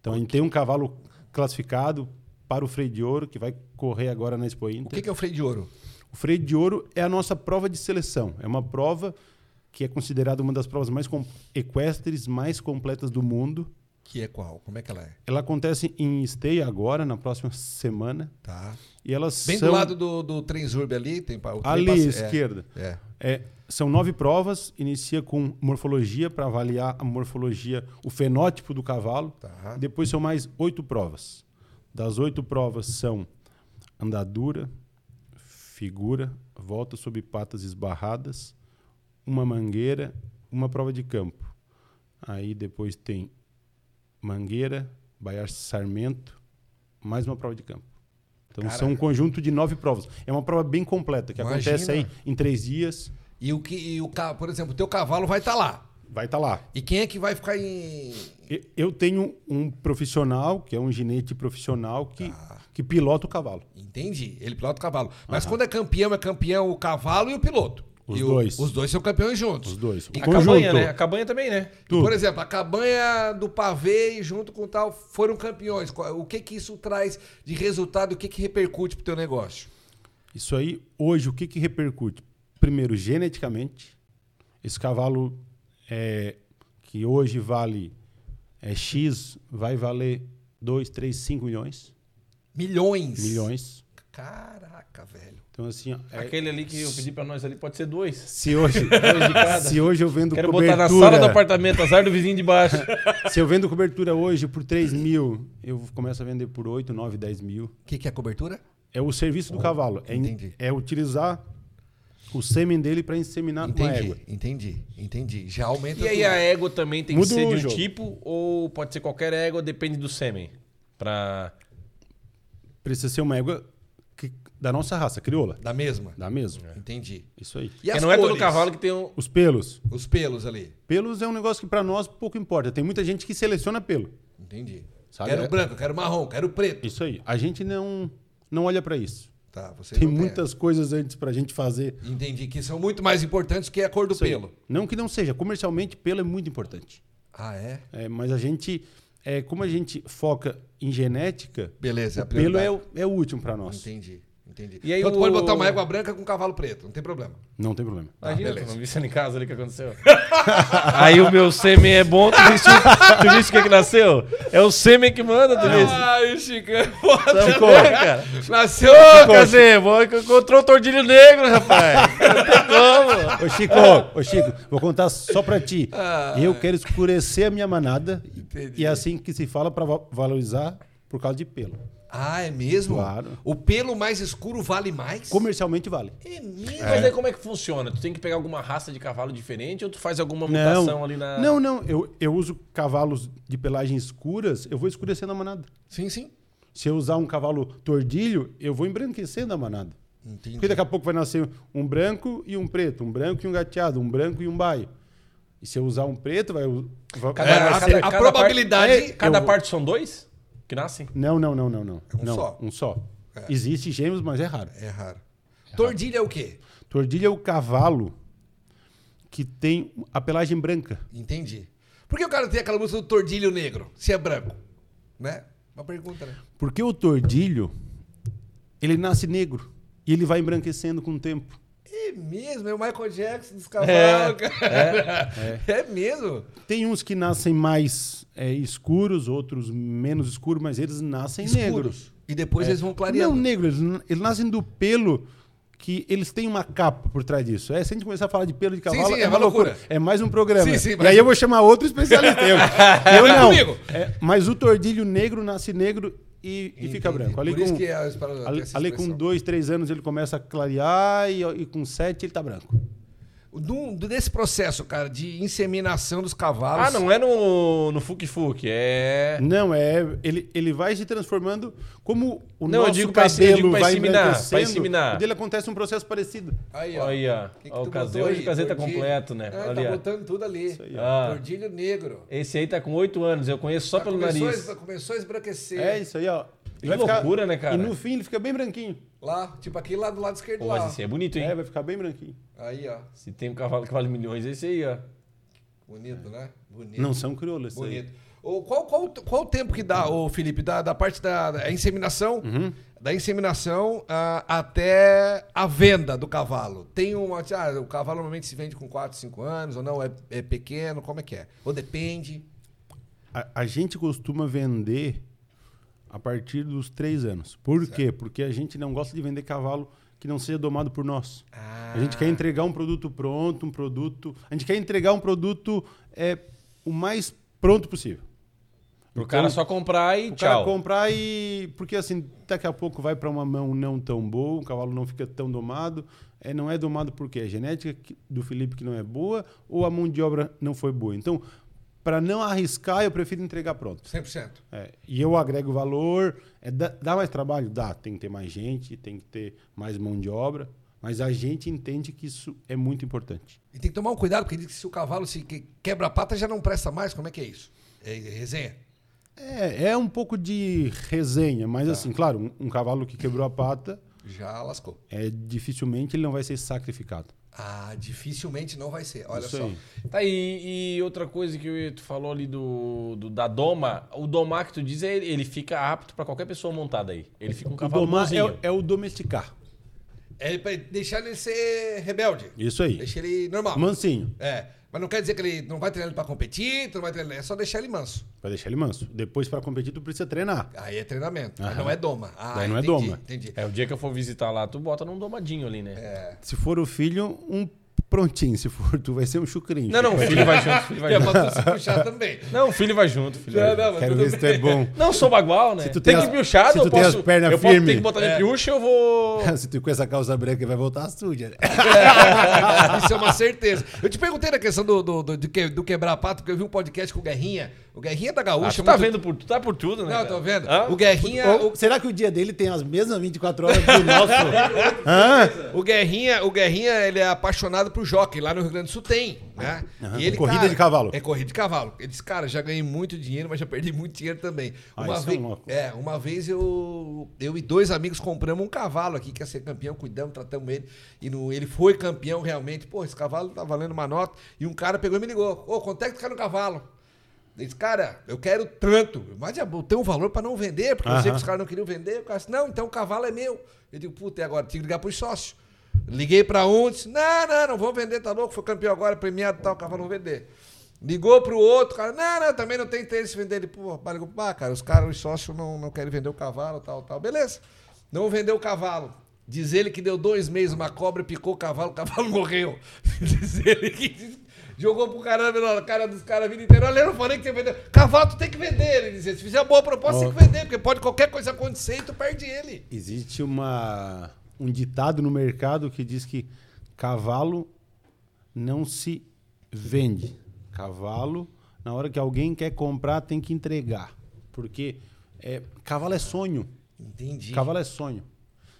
S3: Então a gente tem um cavalo classificado para o freio de ouro, que vai correr agora na Expo
S1: O
S3: Inter.
S1: que, que é o freio de ouro?
S3: O freio de ouro é a nossa prova de seleção. É uma prova que é considerada uma das provas mais com- equestres, mais completas do mundo.
S1: Que é qual? Como é que ela é?
S3: Ela acontece em Esteia agora, na próxima semana.
S1: Tá.
S3: E elas
S1: Bem
S3: são
S1: do lado do, do Trenzurb ali, tem pa- o trem
S3: ali à
S1: passa- é,
S3: esquerda.
S1: É.
S3: É, são nove provas. Inicia com morfologia para avaliar a morfologia, o fenótipo do cavalo.
S1: Tá.
S3: Depois são mais oito provas. Das oito provas são andadura, figura, volta sob patas esbarradas, uma mangueira, uma prova de campo. Aí depois tem mangueira, baiar sarmento, mais uma prova de campo. Então
S1: Caraca.
S3: são um conjunto de nove provas. É uma prova bem completa, que acontece aí
S1: Imagina.
S3: em três dias,
S1: E o que e o ca- por exemplo, o teu cavalo vai estar lá.
S3: vai estar lá.
S1: E quem é que vai ficar em
S3: E- Eu tenho um profissional, que é um ginete profissional, que,
S1: Ah.
S3: que pilota o cavalo.
S1: Entendi. Ele pilota o cavalo. Mas quando é campeão, é campeão o cavalo e o piloto.
S3: Os
S1: E o-
S3: dois.
S1: os dois são campeões juntos.
S3: Os dois.
S1: E
S2: A
S3: Conjunto.
S2: cabanha, né? A cabanha também, né?
S3: Tudo.
S1: Por exemplo, a cabanha do pavê e junto com tal foram campeões. Qual- O que que isso traz de resultado? O que que repercute pro teu negócio?
S3: Isso aí, hoje, o que, que repercute? Primeiro, geneticamente. Esse cavalo é, que hoje vale é, X, vai valer 2, 3, 5 milhões.
S1: Milhões.
S3: Milhões.
S1: Caraca, velho.
S3: Então, assim, ó, é,
S2: Aquele ali que eu pedi pra nós ali pode ser dois.
S3: se, hoje,
S2: cada.
S3: se hoje eu vendo
S2: Quero
S3: cobertura...
S2: botar na sala do apartamento, azar do vizinho de baixo.
S3: Se eu vendo cobertura hoje por 3 mil, eu começo a vender por 8, 9, 10 mil.
S1: O que que é cobertura?
S3: É o serviço do cavalo. É, in-
S1: Entendi.
S3: é utilizar o sêmen dele para inseminar com a égua.
S1: Entendi, entendi, entendi. Já aumenta
S2: E aí
S1: tudo.
S2: a égua também tem
S3: Muda
S2: que ser
S3: o
S2: de um
S3: jogo.
S2: tipo ou pode ser qualquer égua, depende do sêmen. Pra...
S3: Precisa ser uma égua que- da nossa raça, crioula.
S1: Da mesma.
S3: Dá mesmo.
S1: É. Entendi.
S3: Isso aí.
S1: E
S2: Porque
S1: as
S2: não é todo
S1: cores?
S2: cavalo que tem um...
S3: Os pelos.
S1: Os pelos ali.
S3: Pelos é um negócio que para nós pouco importa. Tem muita gente que seleciona pelo.
S1: Entendi.
S3: Sabe,
S1: quero
S3: é-
S1: branco, quero marrom, quero preto.
S3: Isso aí. A gente não, não olha para isso.
S1: Tá, você
S3: Tem
S1: não
S3: muitas coisas antes para a gente fazer.
S1: Entendi que são muito mais importantes que a cor do
S3: Isso aí.
S1: pelo.
S3: Não que não seja. Comercialmente, pelo é muito importante.
S1: Ah, é?
S3: É, mas a gente, é, como a gente foca em genética,
S1: Beleza, a
S3: o pelo é,
S1: prioridade.
S3: o- é o último para nós.
S1: Entendi. Entendi.
S2: E aí
S1: então tu
S2: o-
S1: pode botar uma égua branca com um cavalo preto, não tem problema.
S3: Não tem problema.
S2: Imagina, tu
S1: beleza.
S2: não viu isso ali em casa ali que aconteceu. Aí o meu sêmen é bom, tu viste, tu viste o que que nasceu? É o sêmen que manda, tu viste.
S1: Ai, Chico, é foda.
S2: Ficou, cara.
S1: Nasceu.
S2: Ô, Cazê, vou- encontrou o tordilho negro, rapaz. Não tem como.
S3: Ô Chico, ô Chico, vou contar só pra ti.
S2: Ah.
S3: Eu quero escurecer a minha manada
S1: Entendi.
S3: e é assim que se fala pra va- valorizar por causa de pelo.
S1: Ah, é mesmo?
S3: Claro.
S1: O pelo mais escuro vale mais?
S3: Comercialmente vale.
S1: É mesmo?
S2: Mas aí como é que funciona? Tu tem que pegar alguma raça de cavalo diferente ou tu faz alguma mutação
S3: Não,
S2: ali na...
S3: não, não. Eu, eu uso cavalos de pelagem escuras, eu vou escurecendo a manada.
S1: Sim, sim.
S3: Se eu usar um cavalo tordilho, eu vou embranquecendo a manada.
S1: Entendi.
S3: Porque daqui a pouco vai nascer um branco e um preto, um branco e um gateado, um branco e um baio. E se eu usar um preto, vai. vai
S2: Cada,
S1: É,
S3: vai
S1: a-
S2: cada-
S1: a
S2: cada
S1: probabilidade-
S2: parte- cada
S3: eu-
S2: parte são dois que nascem?
S3: Não, não, não, não, não.
S1: É um
S3: Não,
S1: só.
S3: Um só. Existe gêmeos, mas é raro.
S1: É raro. Tordilha é o quê?
S3: Tordilho é o cavalo que tem a pelagem branca.
S1: Entendi. Por que o cara tem aquela música do tordilho negro, se é branco? Né? Uma pergunta, né?
S3: Porque o tordilho, ele nasce negro e ele vai embranquecendo com o tempo.
S1: É mesmo, é o Michael Jackson dos cavalos,
S2: É,
S1: cara. É, mesmo?
S3: Tem uns que nascem mais é, escuros, outros menos escuros, mas eles nascem negros.
S1: E
S2: É.
S1: depois eles vão
S3: Não
S1: clareando.
S3: é negro, eles, n- eles nascem do pelo que eles têm uma capa por trás disso. É, se a gente começar a falar de pelo de cavalo,
S1: sim,
S3: é, uma loucura. É mais um programa.
S1: Sim, sim,
S3: e
S1: mas-
S3: aí eu vou chamar outro especialista. Eu, eu
S1: Vai
S3: não.
S1: comigo.
S3: É, mas o tordilho negro nasce negro e, e fica
S1: Entendi.
S3: branco. Ali
S1: Por
S3: com,
S1: isso que é a espera-
S3: ali,
S1: essa
S3: ali com
S1: expressão.
S3: dois, três anos ele começa a clarear e, e com sete ele tá branco.
S1: Do- do- Nesse processo, cara, de inseminação dos cavalos.
S2: Ah, não é no, no Fuki Fuki, é...
S3: Não, é. Ele, ele vai se transformando como o
S2: Não, eu
S3: nosso
S2: digo pra- eu
S3: cabelo
S2: digo pra
S3: vai
S2: inseminar, pra
S3: embranquecendo,
S2: inseminar.
S3: o Dele acontece um processo parecido.
S1: Aí, ó.
S2: Olha,
S1: Que que
S2: ó,
S1: tu
S2: o Cazê,
S1: botou
S2: hoje
S1: aí?
S2: o Cazê tá
S1: Tordilho.
S2: completo, né?
S1: É,
S2: Olha,
S1: tá botando tudo ali. Ah.
S3: aí,
S2: ó.
S1: Tordilho negro.
S2: Esse aí tá com 8 anos, eu conheço só pelo
S1: começou,
S2: nariz.
S1: A, começou a esbranquecer.
S3: É isso aí, ó.
S2: Que loucura, né, cara?
S3: E no fim ele fica bem branquinho.
S1: Lá, tipo aqui lá do lado esquerdo
S2: Pô,
S1: lá.
S2: mas esse aí é bonito, hein?
S3: É, vai ficar bem branquinho.
S1: Aí, ó.
S2: Se tem um cavalo que vale milhões, é esse aí, ó.
S1: Bonito, né? Bonito.
S3: É. Não são crioulos. isso aí.
S1: Bonito. Ô, qual, qual, qual o tempo que dá, ô, Felipe, da, da parte da, da inseminação,
S3: Uhum.
S1: da inseminação ah, até a venda do cavalo? Tem uma. Ah, o cavalo normalmente se vende com 4, 5 anos, ou não? É, é pequeno, como é que é? Ou depende.
S3: A, a gente costuma vender a partir dos três anos. Por quê? Porque a gente não gosta de vender cavalo que não seja domado por nós. A gente quer entregar um produto pronto, um produto. A gente quer entregar um produto é, o mais pronto possível.
S2: Pro cara só comprar e
S3: O cara
S2: tchau.
S3: comprar e. Porque assim, daqui a pouco vai para uma mão não tão boa, o cavalo não fica tão domado. É, não é domado porque a genética que- do Felipe que não é boa ou a mão de obra não foi boa. Então, para não arriscar, eu prefiro entregar pronto.
S1: 100%.
S3: É, e eu agrego valor. É, dá, dá mais trabalho? Dá. Tem que ter mais gente, tem que ter mais mão de obra. Mas a gente entende que isso é muito importante.
S1: E tem que tomar um cuidado, porque diz que se o cavalo se que- quebra a pata, já não presta mais. Como é que é isso? É resenha?
S3: É, é um pouco de resenha, mas assim, claro, um- um cavalo que quebrou a pata.
S1: Já lascou.
S3: é, dificilmente ele não vai ser sacrificado.
S1: Ah, dificilmente não vai ser. Olha
S3: Isso
S1: só.
S3: aí.
S2: Tá, e, e outra coisa que eu- tu falou ali do, do- da doma, o domar que tu diz, é ele, ele fica apto pra qualquer pessoa montada aí. Ele fica um
S3: O
S2: cavalo
S3: domar é,
S2: bonzinho.
S3: o- é o domesticar.
S1: É pra deixar ele ser rebelde.
S3: Isso aí.
S1: Deixa ele normal.
S3: Mansinho,
S1: É, mas não quer dizer que ele não vai treinar ele pra competir, tu não vai treinar, ele- é só deixar ele manso.
S3: pra deixar ele manso. Depois, pra competir, tu precisa treinar.
S1: Aí é treinamento, mas
S3: Aham.
S1: não é doma. Ah,
S3: Daí não é
S1: entendi,
S3: doma.
S1: Entendi.
S2: É, o dia que eu for visitar lá, tu bota num domadinho ali, né?
S1: É.
S3: Se for o filho, um prontinho. Se for tu, vai ser um chucrinho.
S2: Não, não, o filho vai junto, o filho vai
S1: É,
S2: junto.
S1: pra tu se puxar também.
S2: Não, o filho vai junto, o filho vai junto.
S1: mas
S3: Quero
S1: tudo
S3: ver se tu é bom.
S2: Não, sou bagual, né?
S3: Se tu
S2: tem
S3: tem
S2: que
S3: as-
S2: biuchar,
S3: se
S2: eu
S3: tu tem as
S2: posso...
S3: pernas
S2: eu posso
S3: firme.
S2: ter que botar minha piucha, eu vou...
S3: Se tu com essa calça branca vai voltar suja. né?
S1: É, Isso é uma certeza. Eu te perguntei na questão do, do, do, de que- do quebrar pato, porque eu vi um podcast com o Guerrinha. O Guerrinha é da
S2: Ah,
S1: Gaúcha.
S2: tu tá
S1: muito-
S2: vendo por... Tu tá por tudo, né?
S1: Não, eu
S2: cara?
S1: tô vendo.
S2: Hã?
S1: O Guerrinha.
S3: Ou será que o dia dele tem as mesmas 24 horas que o nosso? Hã?
S1: O, o Guerrinha, o Guerrinha, ele é apaixonado por jockey. Lá no Rio Grande do Sul tem, né?
S3: Aham. Corrida de cavalo.
S1: É corrida de cavalo. Ele disse, cara, já ganhei muito dinheiro, mas já perdi muito dinheiro também.
S3: Ah,
S1: Uma
S3: isso é
S1: vez,
S3: louco.
S1: é, uma vez eu, eu e dois amigos compramos um cavalo aqui, que ia ser campeão, cuidamos, tratamos ele. E no, ele foi campeão realmente. Pô, esse cavalo tá valendo uma nota. E um cara pegou e me ligou. Ô, quanto é que tu quer no cavalo? Ele disse, cara, eu quero tanto. Mas já botei um valor para não vender, porque eu sei que
S3: Aham.
S1: os caras não queriam vender. O cara disse, não, então o cavalo é meu. Eu digo, puta, e agora? Tinha que ligar pros sócios. Liguei para um, disse, não, não, não vou vender, tá louco? Foi campeão agora, premiado e tal, o cavalo não vou vender. Ligou pro outro, cara, não, não, também não tem interesse em vender. Ele, pô, pá, ligou, pá, cara, os caras, os sócios não, não querem vender o cavalo, tal, tal. Beleza, não vendeu o cavalo. Diz ele que deu dois meses, uma cobra picou o cavalo, o cavalo morreu. Diz ele que... Jogou pro caramba, na cara dos caras a vida inteira. Olha, eu não falei que você vendeu. Cavalo, tu tem que vender. Ele dizia, se fizer boa proposta, tem que vender, porque pode qualquer coisa acontecer e tu perde ele.
S3: Existe uma, um ditado no mercado que diz que cavalo não se vende. Cavalo, na hora que alguém quer comprar, tem que entregar. Porque é, cavalo é sonho.
S1: Entendi.
S3: Cavalo é sonho.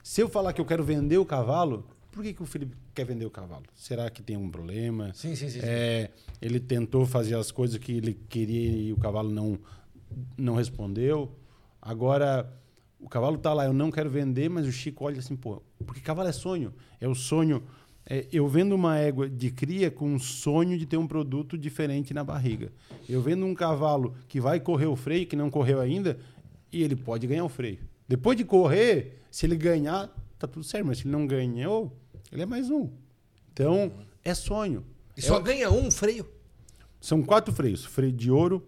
S3: Se eu falar que eu quero vender o cavalo, por que, que o Felipe quer vender o cavalo? Será que tem algum problema?
S1: Sim, sim, sim. sim.
S3: É, ele tentou fazer as coisas que ele queria e o cavalo não, não respondeu. Agora, o cavalo tá lá, eu não quero vender, mas o Chico olha assim, pô, porque cavalo é sonho. É o sonho. é, eu vendo uma égua de cria com um sonho de ter um produto diferente na barriga. Eu vendo um cavalo que vai correr o freio, que não correu ainda, e ele pode ganhar o freio. Depois de correr, se ele ganhar, tá tudo certo, mas se ele não ganhou, ele é mais um. Então, é sonho.
S1: E
S3: É
S1: só ganha um freio.
S3: são quatro freios: freio de ouro,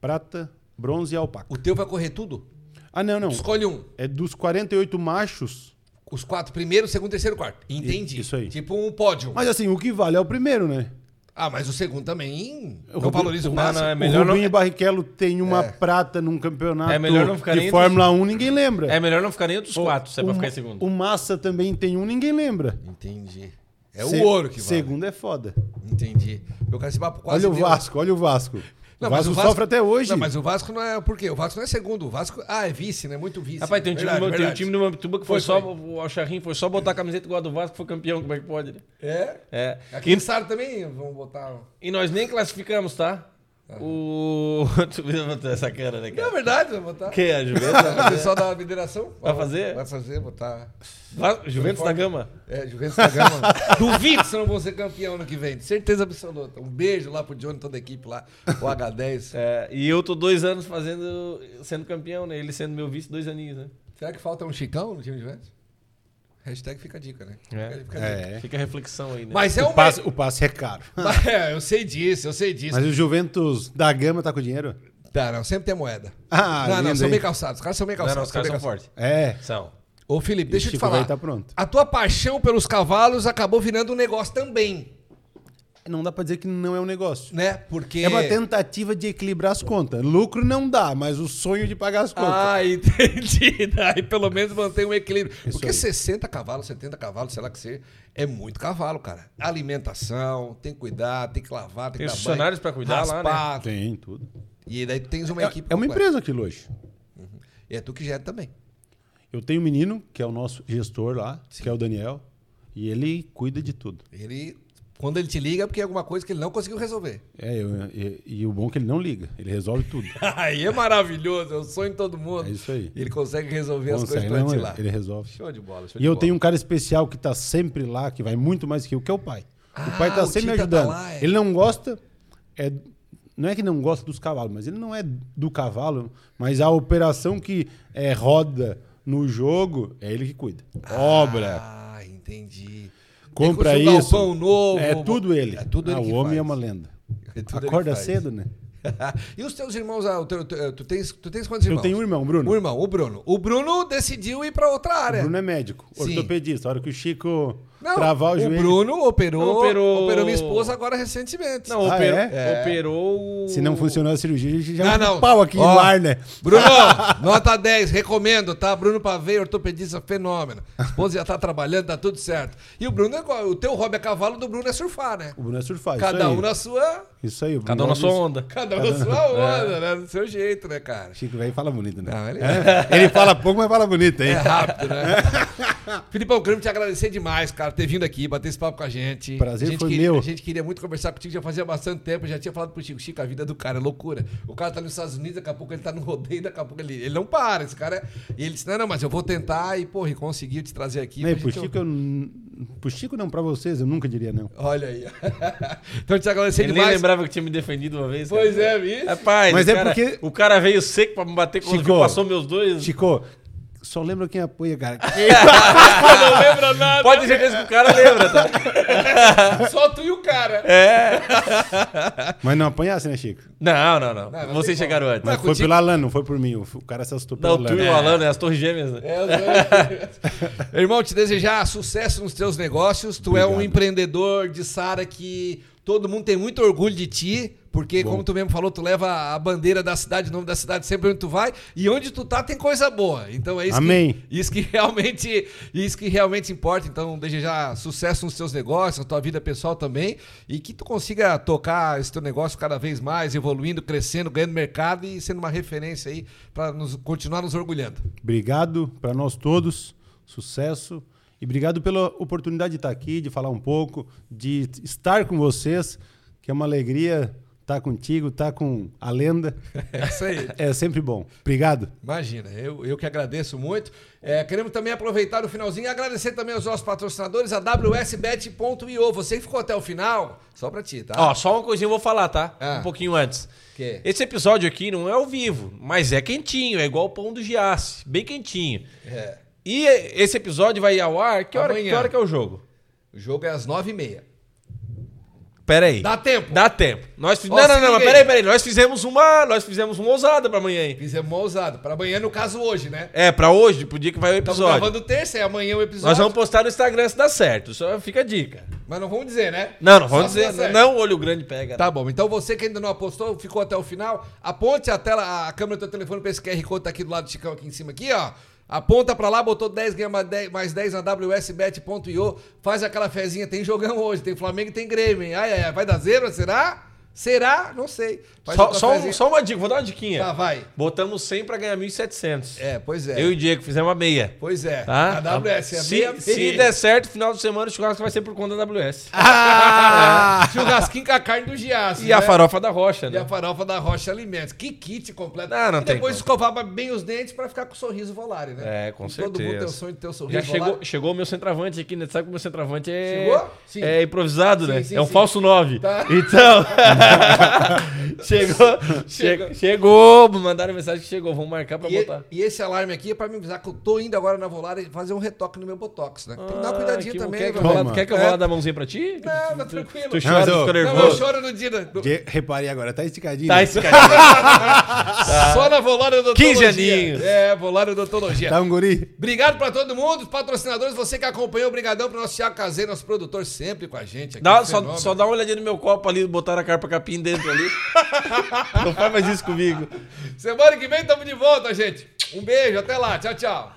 S3: prata, bronze e alpaca.
S1: O teu vai correr tudo?
S3: Ah, não, não.
S1: Tu escolhe um.
S3: É dos 48 machos.
S1: Os quatro primeiro, segundo, terceiro, quarto. Entendi.
S3: Isso aí.
S1: Tipo um pódio.
S3: Mas assim, o que vale é o primeiro, né?
S1: Ah, mas o segundo também.
S3: O
S1: não
S3: Rubinho-
S1: valoriza o
S2: Não,
S1: máximo.
S2: não, é
S3: o
S2: melhor não-
S3: Rubinho Barrichello tem uma
S1: É.
S3: prata num campeonato
S2: É melhor não ficar
S3: de
S2: nem entre os-
S3: Fórmula 1, ninguém lembra.
S2: É melhor não ficar nem entre os quatro, se é pra ficar em segundo.
S3: O Massa também tem um, ninguém lembra.
S1: Entendi. É
S3: Se-
S1: o ouro que vale.
S3: Segundo é foda.
S1: Entendi. Eu quero esse papo quase
S3: olha o
S1: deu.
S3: Vasco, olha o Vasco.
S1: Não,
S3: o
S1: mas
S3: Vasco sofre até hoje.
S1: Não, mas o Vasco não é. Por quê? O Vasco não é segundo. O Vasco. Ah, é vice, né? Muito vice.
S2: Rapaz, tem um time,
S1: Verdade,
S2: do meu- tem um
S1: verdade.
S2: time do Mamituba que foi,
S1: Foi,
S2: só.
S1: foi.
S2: O Alcharrim foi só botar a camiseta igual a do Vasco, foi campeão. Como é que pode, né?
S1: É?
S2: É.
S1: Aqui no Sara também vamos botar. um-
S2: E nós nem classificamos, tá? O. tu viu botar essa cara, né,
S1: Não, é
S2: cara?
S1: verdade, vamos botar. tá,
S2: Quem é,
S1: O
S2: Juventus?
S1: pessoal da federação?
S2: Vai fazer?
S1: Vai fazer, botar.
S2: Vas- Juventus da Gama.
S1: É, Juventus da Gama. Duvido que vocês não vão ser campeão ano que vem. de Certeza absoluta. Um beijo lá pro Johnny, toda a equipe lá, o H10.
S2: É, e eu tô dois anos fazendo. sendo campeão, né? Ele sendo meu vice, dois aninhos, né?
S1: Será que falta um Chicão no time de Juventus? Hashtag fica a dica, né?
S2: É.
S1: Fica- fica a dica.
S3: É.
S2: Fica a reflexão aí, né?
S1: Mas é
S3: O
S1: um.
S3: passe, o passe é caro.
S1: É, eu sei disso, eu sei disso.
S3: Mas o Juventus da Gama tá com dinheiro?
S1: Tá, não, sempre tem moeda.
S3: Ah,
S1: não, não,
S3: lindo,
S1: são
S3: hein?
S1: bem calçados. Os caras são bem
S2: não,
S1: calçados.
S2: não, os caras
S1: bem
S2: são
S1: calçados.
S2: fortes.
S3: É.
S2: São.
S1: Ô, Felipe, deixa eu te
S3: Chico
S1: falar.
S3: vai tá pronto.
S1: A tua paixão pelos cavalos acabou virando um negócio também,
S3: Não dá pra dizer que não é um negócio.
S1: né? Porque.
S3: É uma tentativa de equilibrar as contas. Lucro não dá, mas o sonho de pagar as contas.
S1: Ah, entendi. Daí pelo menos mantém um equilíbrio.
S3: Isso
S1: Porque
S3: aí.
S1: 60 cavalos, 70 cavalos, sei lá que seja, é muito cavalo, cara. Alimentação, tem que cuidar, tem que lavar, tem,
S2: Tem
S1: que dar
S2: funcionários
S1: banho,
S2: pra cuidar lá, né?
S1: raspar.
S3: Tem, tudo.
S1: E daí tu tens uma equipe.
S3: É Ah. uma
S1: completa.
S3: empresa aquilo hoje.
S1: E é tu que gera também.
S3: Eu tenho um menino, que é o nosso gestor lá, que é o Daniel, e ele cuida de tudo.
S1: Ele. Quando ele te liga é porque é alguma coisa que ele não conseguiu resolver.
S3: É, eu- e, e o bom é que ele não liga, ele resolve tudo.
S1: Aí é maravilhoso, é o sonho de todo mundo.
S3: É isso aí.
S1: Ele consegue resolver as
S3: Consegue,
S1: coisas pra
S3: não,
S1: ti
S3: ele-
S1: lá.
S3: ele resolve.
S1: Show de bola, show
S3: E
S1: de
S3: eu
S1: bola.
S3: tenho um cara especial que tá sempre lá, que vai muito mais que eu, que é o pai. o pai
S1: Ah,
S3: tá
S1: o
S3: sempre me
S1: Tita tá
S3: ajudando.
S1: lá, é.
S3: Ele não gosta, é, não é que não gosta dos cavalos, mas ele não é do cavalo, mas a operação que é, roda no jogo é ele que cuida. Obra,
S1: Ah, entendi.
S3: compra
S1: Tem que construir um
S3: isso.
S1: galpão novo.
S3: é tudo ele.
S1: É tudo ele
S3: Ah,
S1: que
S3: o homem
S1: faz.
S3: é uma lenda.
S1: É tudo ele
S3: Acorda
S1: que faz.
S3: cedo, né?
S1: e os teus irmãos, ah, o teu- tu, tu tens, tu tens quantos
S3: Eu
S1: irmãos?
S3: tenho um irmão, Bruno.
S1: O irmão, o Bruno. O Bruno decidiu ir pra outra
S3: O
S1: área.
S3: Bruno é médico,
S1: Sim.
S3: ortopedista. A hora que o Chico travar o, joelho,
S1: Bruno operou,
S2: Não, operou-
S1: operou minha esposa agora recentemente.
S2: Não,
S3: Ah,
S2: operou,
S3: é?
S2: operou. o-
S3: se não funcionar a cirurgia, a gente já
S1: Ah,
S3: vai
S1: não.
S3: um pau aqui
S1: Ó,
S3: no ar, né?
S1: Bruno, nota 10, recomendo, tá? Bruno Pavei, ortopedista fenômeno. A esposa já tá trabalhando, tá tudo certo. E o Bruno é igual, o teu hobby é cavalo, do Bruno é surfar, né?
S3: O Bruno é surfar.
S1: Cada
S3: isso aí. É.
S1: um na sua,
S3: Isso aí. o
S2: Cada um na
S3: Bruno
S2: sua
S3: diz-
S2: onda.
S1: cada um na sua onda, né? Do seu jeito, né, cara?
S3: Chico velho fala bonito, né?
S2: é
S1: Não, ele-
S3: É, ele fala pouco, mas fala bonito, hein?
S1: É rápido, né? Filipão, queremos te agradecer demais, cara. ter vindo aqui, bater esse papo com a gente.
S3: Prazer
S1: a gente
S3: foi
S1: queria,
S3: meu.
S1: A gente queria muito conversar contigo, já fazia bastante tempo, já tinha falado pro Chico, Chico, a vida do cara é loucura. O cara tá nos Estados Unidos, daqui a pouco ele tá no rodeio, daqui a pouco ele, ele não para, esse cara... é- E ele disse, não, não, mas eu vou tentar e, porra, e conseguiu te trazer aqui.
S3: Não, e
S1: pra
S3: pro
S1: gente- um
S3: Chico, eu n- pro Chico não, pra vocês, eu nunca diria não.
S1: Olha aí. então, te agradecer
S2: Ele nem
S1: demais.
S2: lembrava que tinha me defendido uma vez. cara.
S1: Pois é, bicho.
S2: Rapaz,
S3: Mas
S2: o
S3: é
S2: cara,
S3: porque-
S2: o cara veio seco pra me bater quando
S3: Chico.
S2: passou meus dois.
S3: Chico, só lembra quem apoia, cara.
S2: não lembra nada. Pode ter certeza que o cara lembra, tá?
S1: Só tu e o cara.
S3: Mas não apanhasse, né, Chico?
S2: Não, não, não.
S1: Não, não
S2: Vocês
S1: tem
S2: chegaram antes.
S1: Mas
S3: Mas foi
S1: contigo-
S3: pelo Alan, não foi por mim. O f- o cara se assustou pelo
S2: Não, tu
S3: Alan.
S2: e o
S3: É.
S2: Alan, né? As torres gêmeas, né?
S1: É, eu sei. É, Irmão, te desejar sucesso nos teus negócios. Tu é um
S3: Obrigado.
S1: empreendedor de Sara que todo mundo tem muito orgulho de ti, porque, como tu mesmo falou, tu leva a bandeira da cidade, o nome da cidade sempre onde tu vai. E onde tu tá tem coisa boa. Então é isso,
S3: Amém.
S1: Que, isso, que, realmente, isso que realmente importa. Então, desejar sucesso nos teus negócios, na tua vida pessoal também. E que tu consiga tocar esse teu negócio cada vez mais, evoluindo, crescendo, ganhando mercado e sendo uma referência aí para nos, continuar nos orgulhando.
S3: Obrigado para nós todos, sucesso. E obrigado pela oportunidade de estar aqui, de falar um pouco, de estar com vocês, que é uma alegria estar contigo, estar com a lenda.
S1: É isso aí.
S3: É sempre bom. Obrigado.
S1: Imagina, eu, eu que agradeço muito. É, queremos também aproveitar o finalzinho e agradecer também aos nossos patrocinadores, a WSBet.io. Você que ficou até o final, só pra ti, tá?
S2: Ó, só uma coisinha eu vou falar, tá?
S1: Ah.
S2: Um pouquinho antes.
S1: Que?
S2: Esse episódio aqui não é ao vivo, mas é quentinho, é igual o pão do Giasse, bem quentinho.
S1: É,
S2: E esse episódio vai ao ar, que hora,
S1: Amanhã.
S2: que hora que é o jogo?
S1: o jogo é às nove e meia.
S2: Pera aí.
S1: Dá tempo.
S2: Dá tempo. Nós fi-
S1: Ó,
S2: não,
S1: se
S2: não, não, mas
S1: liga
S2: peraí,
S1: aí.
S2: peraí. Nós fizemos uma, nós fizemos uma ousada pra amanhã, hein?
S1: Fizemos uma ousada. é Pra amanhã, no caso, hoje, né?
S2: É, pra hoje, pro dia que vai o
S1: Estamos
S2: episódio.
S1: gravando terça, é amanhã o episódio.
S2: Nós vamos postar no Instagram se dá certo. Só fica a dica.
S1: Mas não vamos dizer, né?
S2: Não, não
S1: Só
S2: vamos
S1: se dá
S2: dizer.
S1: certo.
S2: Não, olho grande pega.
S1: Tá bom, então você que ainda não apostou, ficou até o final, aponte a tela, a câmera do teu telefone pra esse QR Code tá aqui do lado do Chicão, aqui em cima, aqui, ó. Aponta pra lá, botou 10, ganha mais 10, mais 10 na WSBet.io, faz aquela fezinha, tem jogão hoje, tem Flamengo e tem Grêmio, hein? Ai, ai, ai, vai dar zebra, será? Será? Não sei. Faz
S2: Só,
S1: outra
S2: só, um-
S1: fezinha.
S2: só uma dica, vou dar uma diquinha.
S1: Tá, vai.
S2: Botamos 100 pra ganhar 1.700.
S1: É, pois é.
S2: Eu e o Diego fizemos uma meia.
S1: Pois é.
S2: Tá?
S1: A WS é a
S2: se,
S1: meia-
S2: se der certo, final de semana o churrasco vai ser por conta da WS.
S1: Ah! Churrasquinho com a carne do Giaço, né?
S2: e a farofa da rocha,
S1: E a
S2: né?
S1: farofa da Rocha Alimentos. Que kit completo.
S2: Ah, não
S1: e
S2: tem
S1: depois
S2: como.
S1: escovava bem os dentes pra ficar com o sorriso volare, né?
S2: É, com
S1: Todo mundo
S2: certeza.
S1: tem o sonho de ter o sorriso
S2: Já chegou,
S1: volare.
S2: chegou o meu centroavante aqui, né? Tu Sabe que o meu centroavante é,
S1: Chegou? Sim.
S2: é improvisado, né?
S1: sim,
S2: é um
S1: sim.
S2: falso 9.
S1: Tá.
S2: Então, chegou,
S1: Chegou.
S2: chegou, chegou, mandaram mensagem que chegou, vamos marcar pra
S1: E,
S2: botar.
S1: e esse alarme aqui é pra me avisar que eu tô indo agora na Volare fazer um retoque no meu Botox, né? Tem que dar uma cuidadinha
S2: Ah, que-
S1: também.
S2: Quer que,
S1: né?
S2: eu vou lá,
S3: Toma.
S2: quer que eu vou lá dar a mãozinha pra ti?
S1: Não, tá tranquilo.
S2: Tu
S1: Não,
S2: chora,
S3: mas eu-
S2: fica
S3: Não,
S1: eu
S2: nervoso.
S1: choro no dia. né? Do-
S3: De- Reparei agora, tá esticadinho.
S2: Tá, esse cara.
S1: Ah, Só na Volare Odontologia.
S2: 15 Ah. aninhos.
S1: É, Volare Odontologia.
S3: Tá um guri.
S1: Obrigado pra todo mundo, os patrocinadores, você que acompanhou, obrigadão pro nosso Thiago Caseiro, nosso produtor, sempre com a gente aqui.
S2: Dá-
S1: um
S2: só,
S1: fenômeno.
S2: só dá uma olhadinha no meu copo ali, botaram a carpa capim dentro ali. Não faz mais isso comigo.
S1: Semana que vem tamo de volta, gente. Um beijo, até lá. Tchau, tchau.